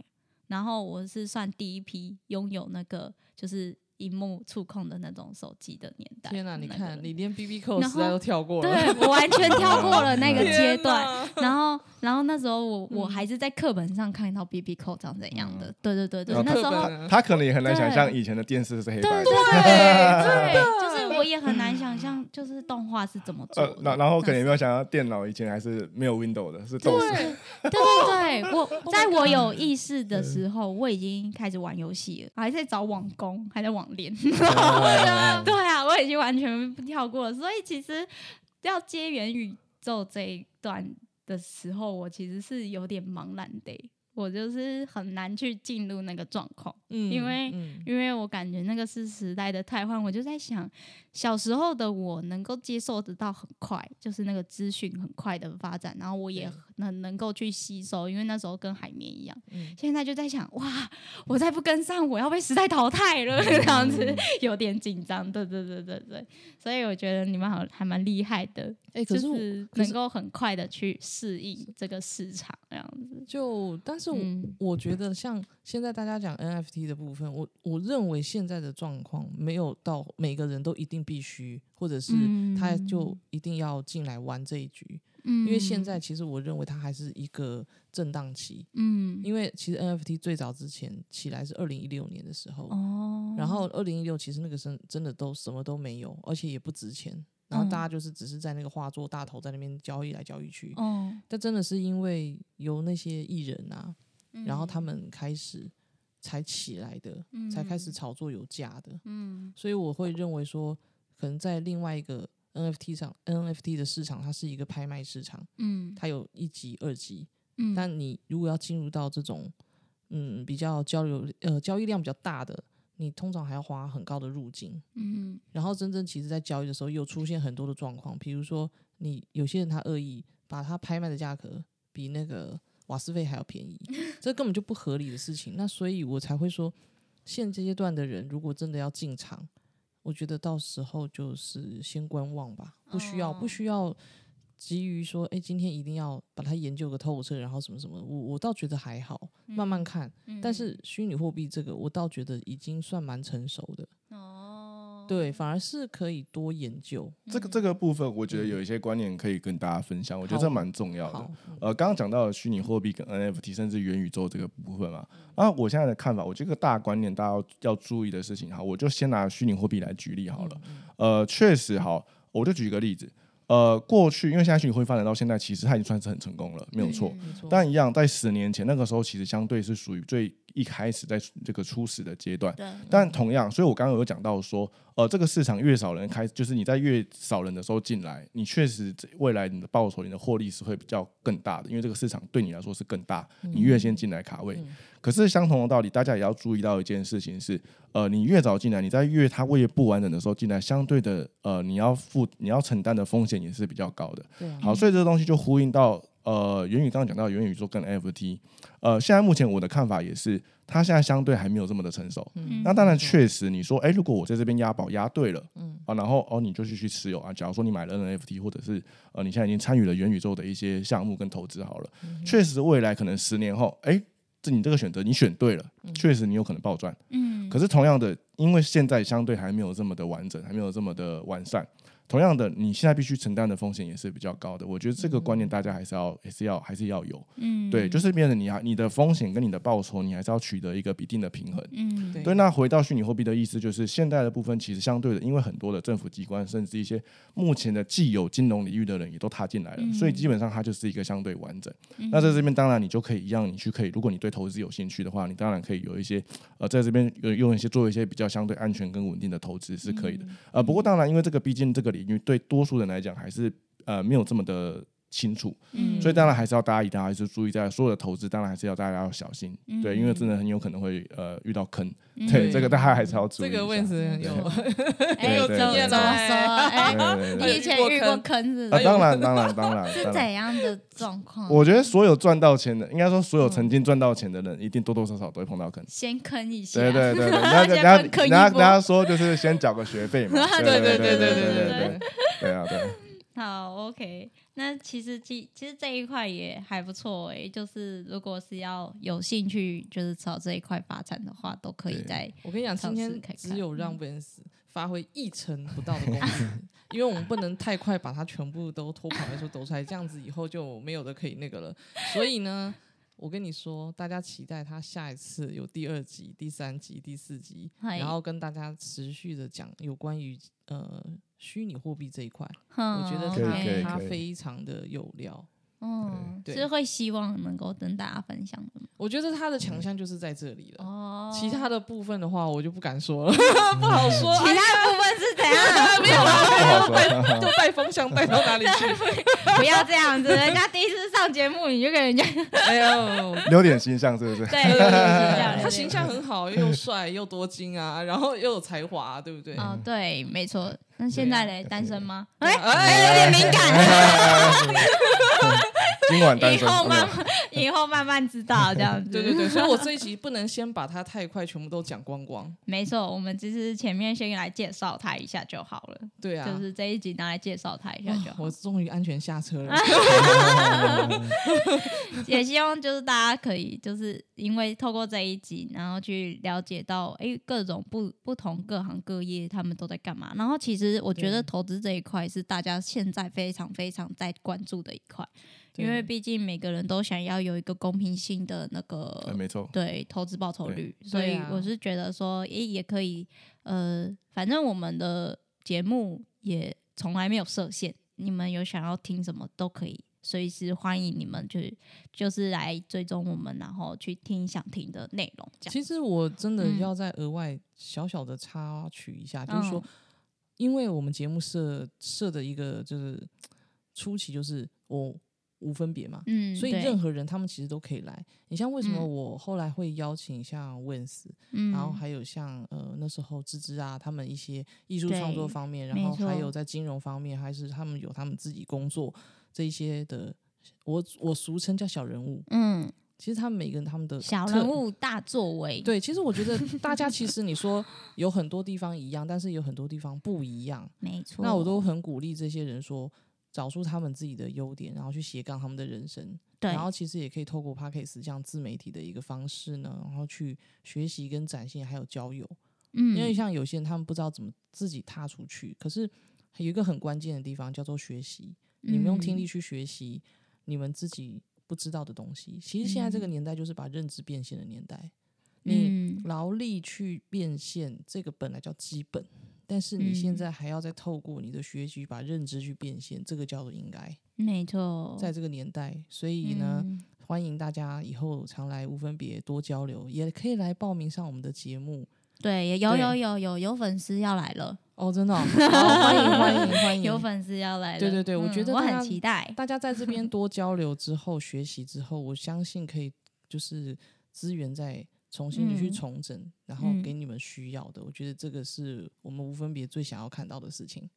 Speaker 1: 然后我是算第一批拥有那个就是荧幕触控的那种手机的年代。
Speaker 2: 天哪，你
Speaker 1: 那个
Speaker 2: 看
Speaker 1: 人
Speaker 2: 你连 B B 扣
Speaker 1: 然
Speaker 2: 时代
Speaker 1: 后
Speaker 2: 都跳过了，
Speaker 1: 对我完全跳过了那个
Speaker 4: 天
Speaker 1: 阶段，
Speaker 2: *laughs*
Speaker 1: 然后，然后那时候我我
Speaker 2: 嗯
Speaker 1: 还是在课本上看到 B B 扣长怎样
Speaker 4: 嗯
Speaker 1: 的，对对对对，
Speaker 4: 然后
Speaker 1: 那
Speaker 2: 课
Speaker 1: 时候
Speaker 2: 本啊
Speaker 4: 呃他可能也很难想象
Speaker 1: 对
Speaker 4: 以前的电视是黑
Speaker 1: 对
Speaker 4: 白
Speaker 1: 对
Speaker 4: 的，
Speaker 2: *laughs*
Speaker 1: 对对，就是我也很难想象，就是动画是怎么做
Speaker 4: 呃
Speaker 1: 的，。
Speaker 4: 然然后可能也
Speaker 1: 那
Speaker 4: 没有想到电脑以前还是没有 Window 的，
Speaker 1: *laughs*
Speaker 4: 是豆
Speaker 2: 对
Speaker 4: 豉。
Speaker 1: 对 *laughs* 对对，我在我有意识的时候，我已经开始玩游戏了，还在找网工，还在网恋。 *laughs* 对 *laughs* 啊，我已经完全跳过了，所以其实要接元宇宙这一段的时候，我其实是有点茫然的，我就是很难去进入那个状况。
Speaker 2: 嗯
Speaker 1: 因为
Speaker 2: 嗯
Speaker 1: 因为我感觉那个是时代的太换，我就在想，小时候的我能够接受得到很快，就是那个资讯很快的发展，然后我也
Speaker 2: 对
Speaker 1: 很能够去吸收，因为那时候跟海绵一样。
Speaker 2: 嗯
Speaker 1: 现在就在想，哇，我再不跟上，我要被时代淘汰
Speaker 2: 嗯
Speaker 1: 了， *laughs* 这样子有点紧张。对对对对对，所以我觉得你们好还蛮厉害的，
Speaker 2: 哎，可
Speaker 1: 就是
Speaker 2: 我
Speaker 1: 是
Speaker 2: 可
Speaker 1: 能
Speaker 2: 是
Speaker 1: 够很快的去适应这个市场，这样子。
Speaker 2: 就但是我
Speaker 1: 嗯
Speaker 2: 我觉得像现在大家讲 NFT 的部分，我我认为现在的状况没有到每个人都一定必须，或者是他就
Speaker 1: 嗯
Speaker 2: 一定要进来玩这一局，
Speaker 1: 嗯
Speaker 2: 因为现在其实我认为它还是一个震荡期，
Speaker 1: 嗯，
Speaker 2: 因为其实 NFT 最早之前起来是二零一六年的时候，
Speaker 1: 哦，
Speaker 2: 然后二零一六其实那个时候真的都什么都没有，而且也不值钱。然后大家就是只是在那个画作大头在那边交易来交易去，
Speaker 1: 嗯哦，
Speaker 2: 但真的是因为有那些艺人啊，然后他
Speaker 1: 嗯
Speaker 2: 们开始才起来的，才开始
Speaker 1: 嗯
Speaker 2: 炒作有价的，
Speaker 1: 嗯
Speaker 2: 所以我会认为说，可能在另外一个 NFT 上，NFT 的市场它是一个拍卖市场，
Speaker 1: 嗯
Speaker 2: 它有一级、二级，
Speaker 1: 嗯，
Speaker 2: 但你如果要进入到这种嗯比较交流呃交易量比较大的，你通常还要花很高的入境，
Speaker 1: 嗯
Speaker 2: 然后真正其实在交易的时候又出现很多的状况，比如说你有些人他恶意把他拍卖的价格比那个瓦斯费还要
Speaker 1: *laughs*
Speaker 2: 便宜，这根本就不合理的事情。那所以我才会说，现阶段的人如果真的要进场，我觉得到时候就是先观望吧，不需要不
Speaker 1: 哦
Speaker 2: 需要急于说，哎，今天一定要把它研究个透彻，然后什么什么，我我倒觉得还好，慢慢看。
Speaker 1: 嗯
Speaker 2: 但是虚拟货币这个，我倒觉得已经算蛮成熟的。
Speaker 1: 哦，
Speaker 2: 对，反而是可以多研究。
Speaker 4: 这个这个部分，我觉得有一些观念可以跟大家分享，我觉得这
Speaker 2: 嗯好
Speaker 4: 蛮重要的
Speaker 2: 好。，嗯
Speaker 4: 呃，刚刚讲到了虚拟货币跟 NFT，甚至元宇宙这个部分
Speaker 2: 嗯
Speaker 4: 嘛，那我现在的看法，我这个大观念大家要要注意的事情，哈，我就先拿虚拟货币来举例好了。
Speaker 2: 嗯
Speaker 4: 呃，确实好，我就举一个例子，呃，过去因为现在虚拟货币发展到现在，其实它已经算是很成功了，没有错。
Speaker 2: 没错。
Speaker 4: 但一样，在十年前那个时候，其实相对是属于最一开始在这个初始的阶段。
Speaker 1: 对，
Speaker 4: 但同样，所以我刚刚有讲到说，呃，这个市场越少人开，就是你在越少人的时候进来，你确实这未来你的报酬、你的获利是会比较更大的，因为这个市场对你来说是更大，
Speaker 2: 嗯
Speaker 4: 你越先进来卡位。可是相同的道理，大家也要注意到一件事情是，呃，你越早进来，你在越它越不完整的时候进来，相对的，呃，你要付你要承担的风险也是比较高的。
Speaker 2: 对啊，
Speaker 4: 好，所以这个东西就呼应到呃，元宇刚刚讲到元宇宙跟 FT，呃，现在目前我的看法也是，它现在相对还没有这么的成熟。
Speaker 1: 嗯
Speaker 4: 那当然，确实你说，哎、如果我在这边押宝押对了，嗯，啊，然后哦，你就继续持有啊。假如说你买了 NFT，或者是呃，你现在已经参与了元宇宙的一些项目跟投资好了，
Speaker 1: 嗯
Speaker 4: 确、实未来可能十年后，哎、这你这个选择你选对了，确、实你有可能暴赚。
Speaker 1: 嗯
Speaker 4: 可是同样的，因为现在相对还没有这么的完整，还没有这么的完善。同样的，你现在必须承担的风险也是比较高的。我觉得这个观念大家还是要、还是要、还是要有。
Speaker 1: 嗯，
Speaker 4: 对，就是变成你还你的风险跟你的报酬，你还是要取得一个一定的平衡。
Speaker 1: 嗯
Speaker 2: 对
Speaker 4: 对，那回到虚拟货币的意思，就是现在的部分其实相对的，因为很多的政府机关，甚至一些目前的既有金融领域的人也都踏进来了，所以基本上它就是一个相对完整。
Speaker 1: 嗯
Speaker 4: 那在这边当然你就可以一样，你去可以，如果你对投资有兴趣的话，你当然可以有一些呃，在这边呃用一些做一些比较相对安全跟稳定的投资是
Speaker 1: 嗯
Speaker 4: 可以的。呃，不过当然，因为这个毕竟这个领域对多数人来讲还是呃没有这么的。清楚。
Speaker 1: 嗯
Speaker 4: 所以当然还是要大家一定还是注意在所有的投资，当然还是要大家要小心，对，因为真的很有可能会呃遇到坑，
Speaker 2: 嗯
Speaker 4: 对，这个大家还是要注意
Speaker 2: 这
Speaker 4: 一下。
Speaker 2: 个位置有
Speaker 1: 哎，
Speaker 4: 对
Speaker 1: 怎
Speaker 4: 对
Speaker 1: 么
Speaker 4: 对
Speaker 1: 怎么说？哎
Speaker 4: 对，对对
Speaker 1: 你以前遇过坑是不
Speaker 4: 啊，
Speaker 1: 是？
Speaker 4: 当然当然当然
Speaker 1: 是
Speaker 4: 当然。
Speaker 1: 怎样的状况？
Speaker 4: 我觉得所有赚到钱的，应该说所有曾经赚到钱的人，一定多多少少都会碰到坑。
Speaker 1: 先坑一下，
Speaker 4: 对
Speaker 1: *laughs*
Speaker 4: 对对对，人家
Speaker 1: 先
Speaker 4: 人家
Speaker 1: 分坑
Speaker 4: 人
Speaker 1: 一
Speaker 4: 家人
Speaker 1: 波
Speaker 4: 家说就是先缴个学费嘛，对
Speaker 2: 对对
Speaker 4: 对
Speaker 2: 对
Speaker 4: 对
Speaker 2: 对
Speaker 4: 对
Speaker 2: 对
Speaker 4: 对啊对。
Speaker 1: 好，OK。那其实其其实这一块也还不错诶、就是如果是要有兴趣，就是朝这一块发展的话，都可以
Speaker 4: 对
Speaker 1: 在
Speaker 2: 我跟你讲，今
Speaker 1: 尝试
Speaker 2: 天
Speaker 1: 看看嗯
Speaker 2: 只有让 v i n c 发挥一成不到的
Speaker 1: *laughs*
Speaker 2: 功力，因为我们不能太快把它全部都托盘来说抖出来，这样子以后就没有的可以那个了。所以呢，我跟你说，大家期待他下一次有第二集、第三集、第四集，
Speaker 1: 嗨
Speaker 2: 然后跟大家持续的讲有关于呃虚拟货币这一块，
Speaker 1: 哼，
Speaker 2: 我觉得
Speaker 4: 可以可以
Speaker 2: 他
Speaker 1: 嗯 OK
Speaker 2: 他
Speaker 4: 可以
Speaker 2: 非常的有料。
Speaker 1: 嗯，
Speaker 2: 对
Speaker 1: 是会希望能够跟大家分
Speaker 2: *laughs*
Speaker 1: 享的吗
Speaker 2: 我觉得他的强项就是在这里了。
Speaker 1: 哦。
Speaker 2: 其他的部分的话，我就不敢说了，不好说。 *laughs*
Speaker 1: 其他部分是怎样？
Speaker 2: 没有啦，
Speaker 4: 不
Speaker 2: 没有带就带风向带到哪里去？
Speaker 1: 不要这样子，人家第一次上节目你就给人家 *laughs* 对
Speaker 2: 哎呦，
Speaker 4: 留点形象是不是？
Speaker 1: 对
Speaker 2: *laughs* 对对对
Speaker 1: 哎对
Speaker 2: 对
Speaker 1: 这样
Speaker 2: 对他
Speaker 1: 对
Speaker 2: 形象很好，又帅又多金啊， *laughs* 然后又有才华啊，对不对？
Speaker 1: 哦，对，没错。那现在嘞，单身吗？哎，
Speaker 2: 哎，哎
Speaker 1: 有点敏感，
Speaker 4: 今
Speaker 1: *laughs*
Speaker 4: 晚单
Speaker 1: 以
Speaker 4: 身
Speaker 1: 后慢
Speaker 4: 啊
Speaker 1: 慢以后慢慢知道这样子。
Speaker 2: 对对对，所以我这一集不能先把他太快全部都讲光光。
Speaker 1: 没错，我们其实前面先来介绍他一下就好了，
Speaker 2: 对啊，
Speaker 1: 就是这一集拿来介绍他一下就
Speaker 2: 哇
Speaker 1: 好。
Speaker 2: 我终于安全下车了。
Speaker 1: 也希望就是大家可以就是因为透过这一集，然后去了解到哎、诶各种不不同各行各业他们都在干嘛。然后其实我觉得
Speaker 2: 对
Speaker 1: 投资这一块是大家现在非常非常在关注的一块，因为
Speaker 2: 对
Speaker 1: 毕竟每个人都想要有一个公平性的那个
Speaker 2: 呃
Speaker 4: 哎，没错，
Speaker 1: 对投资报酬
Speaker 4: 对
Speaker 1: 率，所以
Speaker 2: 啊
Speaker 1: 我是觉得说，也也可以，呃，反正我们的节目也从来没有设限，你们有想要听什么都可以，随时欢迎你们去，就是来追踪我们，然后去听想听的内容，这样。
Speaker 2: 其实我真的
Speaker 1: 嗯
Speaker 2: 要再额外小小的插曲一下，
Speaker 1: 嗯
Speaker 2: 就是说，因为我们节目设设的一个就是初期就是我无分别嘛，
Speaker 1: 嗯，
Speaker 2: 所以
Speaker 1: 对
Speaker 2: 任何人他们其实都可以来。你像为什么
Speaker 1: 嗯
Speaker 2: 我后来会邀请像 Wins，、
Speaker 1: 嗯，
Speaker 2: 然后还有像呃那时候芝芝啊，他们一些艺术创作
Speaker 1: 对
Speaker 2: 方面，然
Speaker 1: 没
Speaker 2: 后还
Speaker 1: 错
Speaker 2: 有在金融方面，还是他们有他们自己工作这一些的，我我俗称叫小人物。
Speaker 1: 嗯，
Speaker 2: 其实他们每个人他们的
Speaker 1: 小
Speaker 2: 特
Speaker 1: 人物大作为，
Speaker 2: 对，其实我觉得大家其实你说有很多地方一样，但是有很多地方不一样。
Speaker 1: 没错。
Speaker 2: 那我都很鼓励这些人说，找出他们自己的优点，然后去斜杠他们的人生。
Speaker 1: 对，
Speaker 2: 然后其实也可以透过 p a c k a g e 这样自媒体的一个方式呢，然后去学习跟展现，还有交友。
Speaker 1: 嗯，
Speaker 2: 因为像有些人他们不知道怎么自己踏出去，可是有一个很关键的地方叫做学习，你们用听
Speaker 1: 嗯
Speaker 2: 力去学习你们自己不知道的东西。其实现在这个年代就是把认知变现的年代，你
Speaker 1: 嗯
Speaker 2: 劳力去变现，这个本来叫基本，但是你现
Speaker 1: 嗯
Speaker 2: 在还要再透过你的学习把认知去变现，这个叫做应该。
Speaker 1: 没错，
Speaker 2: 在这个年代，所以呢，
Speaker 1: 哦嗯
Speaker 2: 欢迎大家以后常来无分别多交流，也可以来报名上我们的节目
Speaker 1: 对，有
Speaker 2: 对
Speaker 1: 有有有有粉丝要来了。
Speaker 2: 哦，真的哦、好欢迎欢迎欢
Speaker 1: *laughs*
Speaker 2: 迎，
Speaker 1: 有粉丝要来了。
Speaker 2: 嗯
Speaker 1: 嗯
Speaker 2: 对对对我觉得
Speaker 1: 我
Speaker 2: 大家
Speaker 1: 很期待。
Speaker 2: 大家在这边多交流之后，学习之后，我相信可以就是资源再重新的去
Speaker 1: 嗯
Speaker 2: 重整，然后
Speaker 1: 嗯
Speaker 2: 给你们需要的，我觉得这个是我们无分别最想要看到的事情。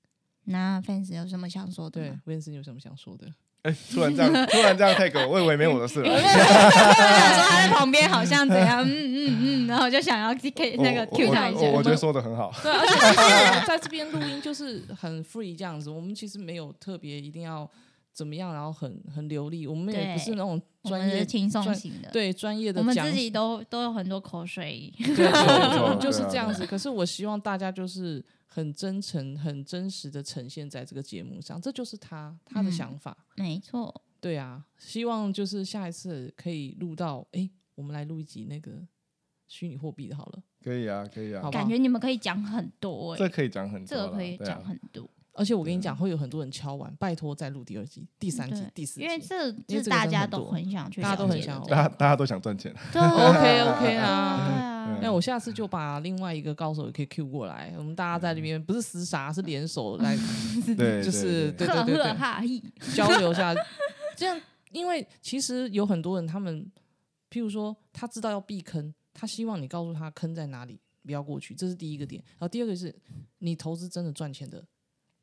Speaker 1: 那 fans 有什么想说的
Speaker 2: 对
Speaker 1: 吗？，
Speaker 2: 威恩斯，你有什么想说的？
Speaker 4: 哎，突然这样，突然这样 take，我以为没我的事
Speaker 1: *laughs*
Speaker 4: 了。
Speaker 1: 我想说他在旁边好像怎样，嗯嗯
Speaker 2: *laughs*
Speaker 1: 嗯，然后就想要 K
Speaker 4: 我
Speaker 1: 那个
Speaker 4: 我
Speaker 1: Q 他一
Speaker 4: 我我我觉
Speaker 1: 下。
Speaker 4: 得说的很好，
Speaker 2: *laughs* 对，而且就是在这边录音就是很 free 这样子，我们其实没有特别一定要怎么样，然后很很流利，我们也不
Speaker 1: 对
Speaker 2: 是那种
Speaker 1: 我
Speaker 2: 专
Speaker 1: 们
Speaker 2: 业
Speaker 1: 是轻松
Speaker 2: 专
Speaker 1: 型的，，
Speaker 2: 对专业
Speaker 1: 我
Speaker 2: 的
Speaker 1: 们
Speaker 2: 讲
Speaker 1: 自己
Speaker 2: 师，
Speaker 1: 都都有很多口水。
Speaker 2: 对对对
Speaker 4: 错不
Speaker 2: 对
Speaker 4: 错
Speaker 2: 我们就是
Speaker 4: 对啊
Speaker 2: 这样
Speaker 4: 对啊
Speaker 2: 子。可是我希望大家就是很真诚、很真实的呈现在这个节目上，这就是他他的
Speaker 1: 嗯
Speaker 2: 想法。
Speaker 1: *laughs* 没错，
Speaker 2: 对啊，希望就是下一次可以录到，哎，我们来录一集那个虚拟货币的好了。
Speaker 4: 可以啊，可以啊
Speaker 2: 好，吧
Speaker 1: 感觉你们可以讲很多
Speaker 4: 这
Speaker 1: 哎，
Speaker 4: 可以讲很
Speaker 1: 这
Speaker 4: 多啦，
Speaker 1: 个可以
Speaker 4: 对啊
Speaker 1: 讲很多，
Speaker 2: 而且我跟你讲，会有很多人敲完，拜托再录第二集、第三集
Speaker 1: 对、
Speaker 2: 第四集，
Speaker 1: 因为这
Speaker 2: 因为
Speaker 1: 是
Speaker 2: 这个
Speaker 1: 大
Speaker 2: 真的
Speaker 1: 家
Speaker 2: 很
Speaker 1: 都
Speaker 2: 多
Speaker 1: 很想去了解的，
Speaker 2: 大家都很想
Speaker 4: 大
Speaker 1: *laughs*
Speaker 4: 家大家都想赚钱，
Speaker 1: 对啊
Speaker 2: OK，OK 啊
Speaker 1: 对
Speaker 4: *laughs*
Speaker 1: 啊，
Speaker 2: 那我下次就把另外一个高手也可以 Q 过来，我们大家在那边不是厮杀，是联手来
Speaker 4: 对，
Speaker 2: 就是
Speaker 1: *laughs*
Speaker 2: 对
Speaker 4: 对
Speaker 2: 对对
Speaker 1: 赫赫哈嘿，
Speaker 2: 交流一下这样，因为其实有很多人，他们譬如说他知道要避坑，他希望你告诉他坑在哪里，不要过去，这是第一个点。然后第二个是你投资真的赚钱的，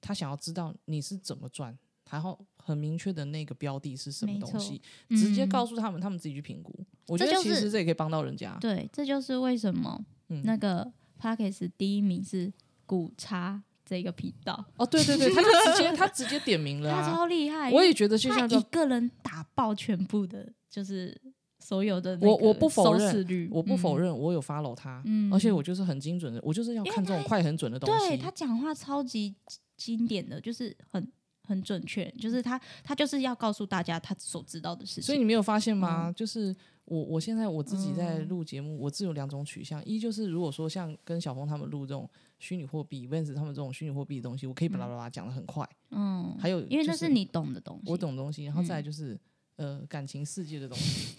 Speaker 2: 他想要知道你是怎么赚，然后很明确的那个标的是什么
Speaker 1: 没
Speaker 2: 东
Speaker 1: 错
Speaker 2: 西，直接
Speaker 1: 嗯
Speaker 2: 告诉他们，他们自己去评估。我觉
Speaker 1: 这
Speaker 2: 得
Speaker 1: 就
Speaker 2: 其实
Speaker 1: 是
Speaker 2: 这也可以帮到人家。
Speaker 1: 对，这就是为什么
Speaker 2: 嗯
Speaker 1: 那个 p a c k e s 第一名是古叉这个频道，
Speaker 2: 哦，对对对，他就直接他直接点名了
Speaker 1: 他
Speaker 2: 啊！
Speaker 1: 超厉害，
Speaker 2: 我也觉得就
Speaker 1: 他
Speaker 2: 像
Speaker 1: 一
Speaker 2: 个
Speaker 1: 个人打爆全部的，就是所有的那个
Speaker 2: 我我不
Speaker 1: 收
Speaker 2: 否
Speaker 1: 视
Speaker 2: 认
Speaker 1: 率，
Speaker 2: 我不否
Speaker 1: 嗯。
Speaker 2: 认，我有 follow 他，
Speaker 1: 嗯
Speaker 2: 而且我就是很精准的，我就是要
Speaker 1: 因为
Speaker 2: 看这种
Speaker 1: 他
Speaker 2: 快很准的东西。
Speaker 1: 对他讲话超级经典的，就是很很准确，就是他他就是要告诉大家他所知道的事
Speaker 2: 所以你
Speaker 1: 情。
Speaker 2: 没有发现吗？
Speaker 1: 嗯
Speaker 2: 就是我我现在我自己在录节目，我自有两种取向，一就是如果说像跟小峰他们录这种虚拟货币、Vans 他们这种虚拟货币的东西，我可以巴拉巴拉讲的很快，
Speaker 1: 嗯，
Speaker 2: 还有
Speaker 1: 因为
Speaker 2: 就
Speaker 1: 那是你嗯懂的东西。
Speaker 2: 我。懂的东西，然后再来就是。呃，感情世界的东西，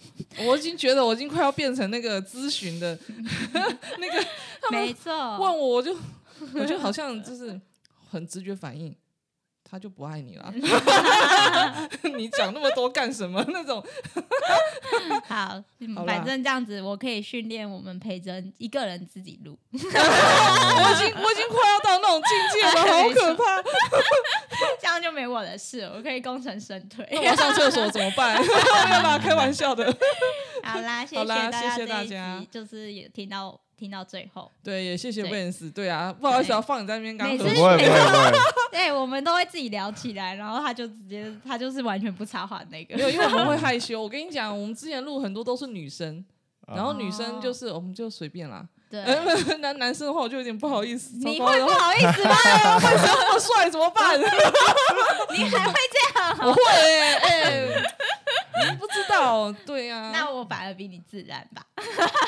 Speaker 2: 我已经觉得我已经快要变成那个咨询
Speaker 1: *laughs*
Speaker 2: 的那个 *laughs*
Speaker 1: 没错，
Speaker 2: 问我，我就我就好像就是很直觉反应，他就不爱你
Speaker 1: *laughs*
Speaker 2: 了。你讲那么多干什么？ *laughs* 那种
Speaker 1: 好，嗯
Speaker 2: 好啦
Speaker 1: 反正这样子，我可以训练我们培珍一个人自己录。
Speaker 2: 我已经我已经快要到那种境界了，好可怕！
Speaker 1: 这样就没我的事，我可以功成身退。
Speaker 2: 哎那我
Speaker 1: *laughs*
Speaker 2: 要上厕所怎么办？ *laughs* 没有啦，开玩笑的。
Speaker 1: 好啦，谢
Speaker 2: 好啦
Speaker 1: 大家
Speaker 2: 谢谢大
Speaker 1: 这一集
Speaker 2: 家
Speaker 1: 就是也听到听到最后，
Speaker 2: 对，也谢谢
Speaker 1: 对
Speaker 2: Vans。对啊，不好意思啊，
Speaker 1: 对
Speaker 2: 放你在那边刚
Speaker 1: 每
Speaker 2: 喝
Speaker 1: 次
Speaker 4: 不
Speaker 2: 酒。
Speaker 4: 会不会不会，
Speaker 1: *laughs* 对我们都会自己聊起来，然后他就直接他就是完全不插话那
Speaker 2: 没有，
Speaker 1: 个，
Speaker 2: 因为我们会害羞。我跟你讲，我们之前录很多都是女生，然后
Speaker 4: 啊
Speaker 2: 女生就是我们就随便啦。
Speaker 1: 对，
Speaker 2: 呃男男生的话我就有点不好意思。
Speaker 1: 你
Speaker 2: 糟糕
Speaker 1: 会
Speaker 2: 了
Speaker 1: 不好意思吗？
Speaker 2: *laughs* 会长那么帅怎么办？
Speaker 1: 你还会这样？
Speaker 2: *laughs* 我会哎、欸 *laughs* 你不知道，对呀、
Speaker 1: 那我反而比你自然吧。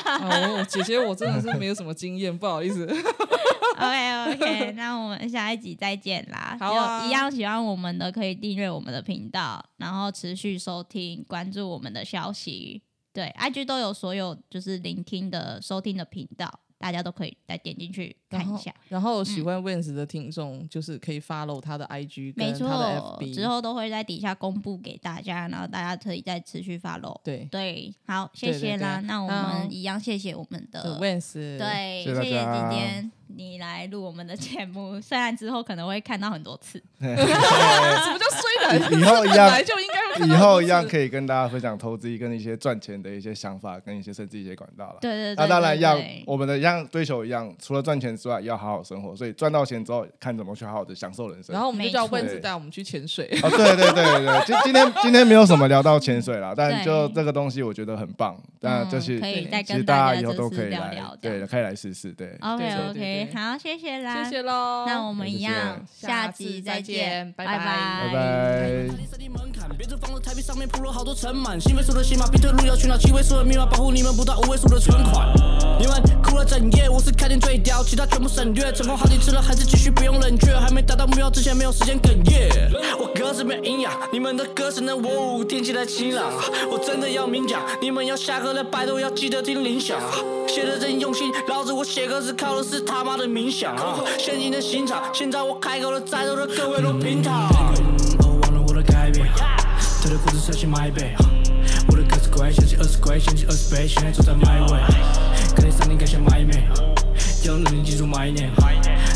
Speaker 2: 啊我我姐姐我真的是没有什么经验，不好意思。 *laughs*
Speaker 1: OK OK，那我们下一集再见啦。
Speaker 2: 好啊
Speaker 1: 就一样喜欢我们的可以订阅我们的频道，然后持续收听、关注我们的消息。对，IG 都有所有就是聆听的、收听的频道，大家都可以再点进去
Speaker 2: 然
Speaker 1: 看一
Speaker 2: 后
Speaker 1: 下。，嗯
Speaker 2: 然后喜欢 Wins 的听众就是可以 follow 他的 IG
Speaker 1: 没
Speaker 2: 跟他的
Speaker 1: 错，
Speaker 2: FB，
Speaker 1: 之后都会在底下公布给大家，然后大家可以再持续 follow。
Speaker 2: 对
Speaker 1: 对，好，谢
Speaker 2: 对对
Speaker 1: 谢啦。
Speaker 2: 对
Speaker 1: 那我
Speaker 2: 那
Speaker 1: 们一样谢谢我们的
Speaker 2: 呃 Wins 对
Speaker 1: 对，
Speaker 4: 谢
Speaker 1: 谢
Speaker 4: 谢大
Speaker 1: 谢今
Speaker 4: 家
Speaker 1: 天你来录我们的节目，虽然之后可能会看到很多次。
Speaker 2: *laughs*
Speaker 1: *laughs*
Speaker 2: 什么叫虽然
Speaker 4: 以以后一
Speaker 2: *laughs* 本
Speaker 4: 样
Speaker 2: 来就应该会看
Speaker 4: 以
Speaker 2: 到
Speaker 4: 后
Speaker 2: 你
Speaker 4: 一样
Speaker 2: 是
Speaker 4: 可以跟大家分享投资跟一些赚钱的一些想法，跟一些甚至一些管道了。
Speaker 1: 对对对，
Speaker 4: 那当然
Speaker 1: 对
Speaker 4: 要
Speaker 1: 对
Speaker 4: 我们的一样追求一样，除了赚钱之外，要好好生活。所以赚到钱之后，看怎么去好好的享受人生。
Speaker 2: 然后我们就叫
Speaker 1: 没错
Speaker 2: Wins 带我们去潜水。
Speaker 4: 哦，对对对对，今今天今天没有什么聊到潜水啦，但
Speaker 1: 对
Speaker 4: 就这个东西我觉得很棒，那
Speaker 1: 嗯
Speaker 4: 就是
Speaker 1: 可以再
Speaker 4: 其实
Speaker 1: 跟
Speaker 4: 大
Speaker 1: 大
Speaker 4: 家以后
Speaker 1: 就
Speaker 4: 都可
Speaker 1: 是
Speaker 4: 以
Speaker 1: 聊
Speaker 4: 来
Speaker 1: 聊这
Speaker 4: 对，
Speaker 1: 样。
Speaker 4: 可以来试试，对，
Speaker 2: 对
Speaker 1: OK
Speaker 2: 对
Speaker 1: OK，
Speaker 2: 对
Speaker 1: 好，谢谢啦，
Speaker 2: 谢谢喽，
Speaker 1: 啊那我们
Speaker 4: 谢
Speaker 1: 一
Speaker 4: 谢
Speaker 1: 样，
Speaker 2: 下
Speaker 1: 下
Speaker 2: 次
Speaker 1: 集
Speaker 2: 再
Speaker 1: 再
Speaker 2: 见
Speaker 1: 见，
Speaker 2: 拜
Speaker 4: 拜
Speaker 1: 拜
Speaker 4: 拜。
Speaker 3: 塔利设定门槛，别再放了台币上面铺了好多尘螨。心肺素的刑码，逼退路要去哪？七位数的密码，保护你们不到五位数的存款。你们哭了整夜，我是开天最屌，其他全部省略。成功好几次了，还是继续不用冷却，还没达到目标之前没有时间哽咽。我歌词没有营养，你们的歌词能我舞，听起来清朗。我真的要明讲，你们要下课了，拜托要记得听铃响。写的真用心，老子我写歌词靠的是他妈的冥想啊！现今的刑场，现在我开口了，在座的各位都平躺。哦，忘了我的改变，他的故事才是 my b a 我的歌词乖，想起二十块，想起二十倍，现在走在 my way。跟你三年改写 my name，要让你记住 my name。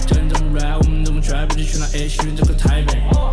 Speaker 3: 教你怎么 rap，我们怎么 trap，不去哪 A 区这个台北。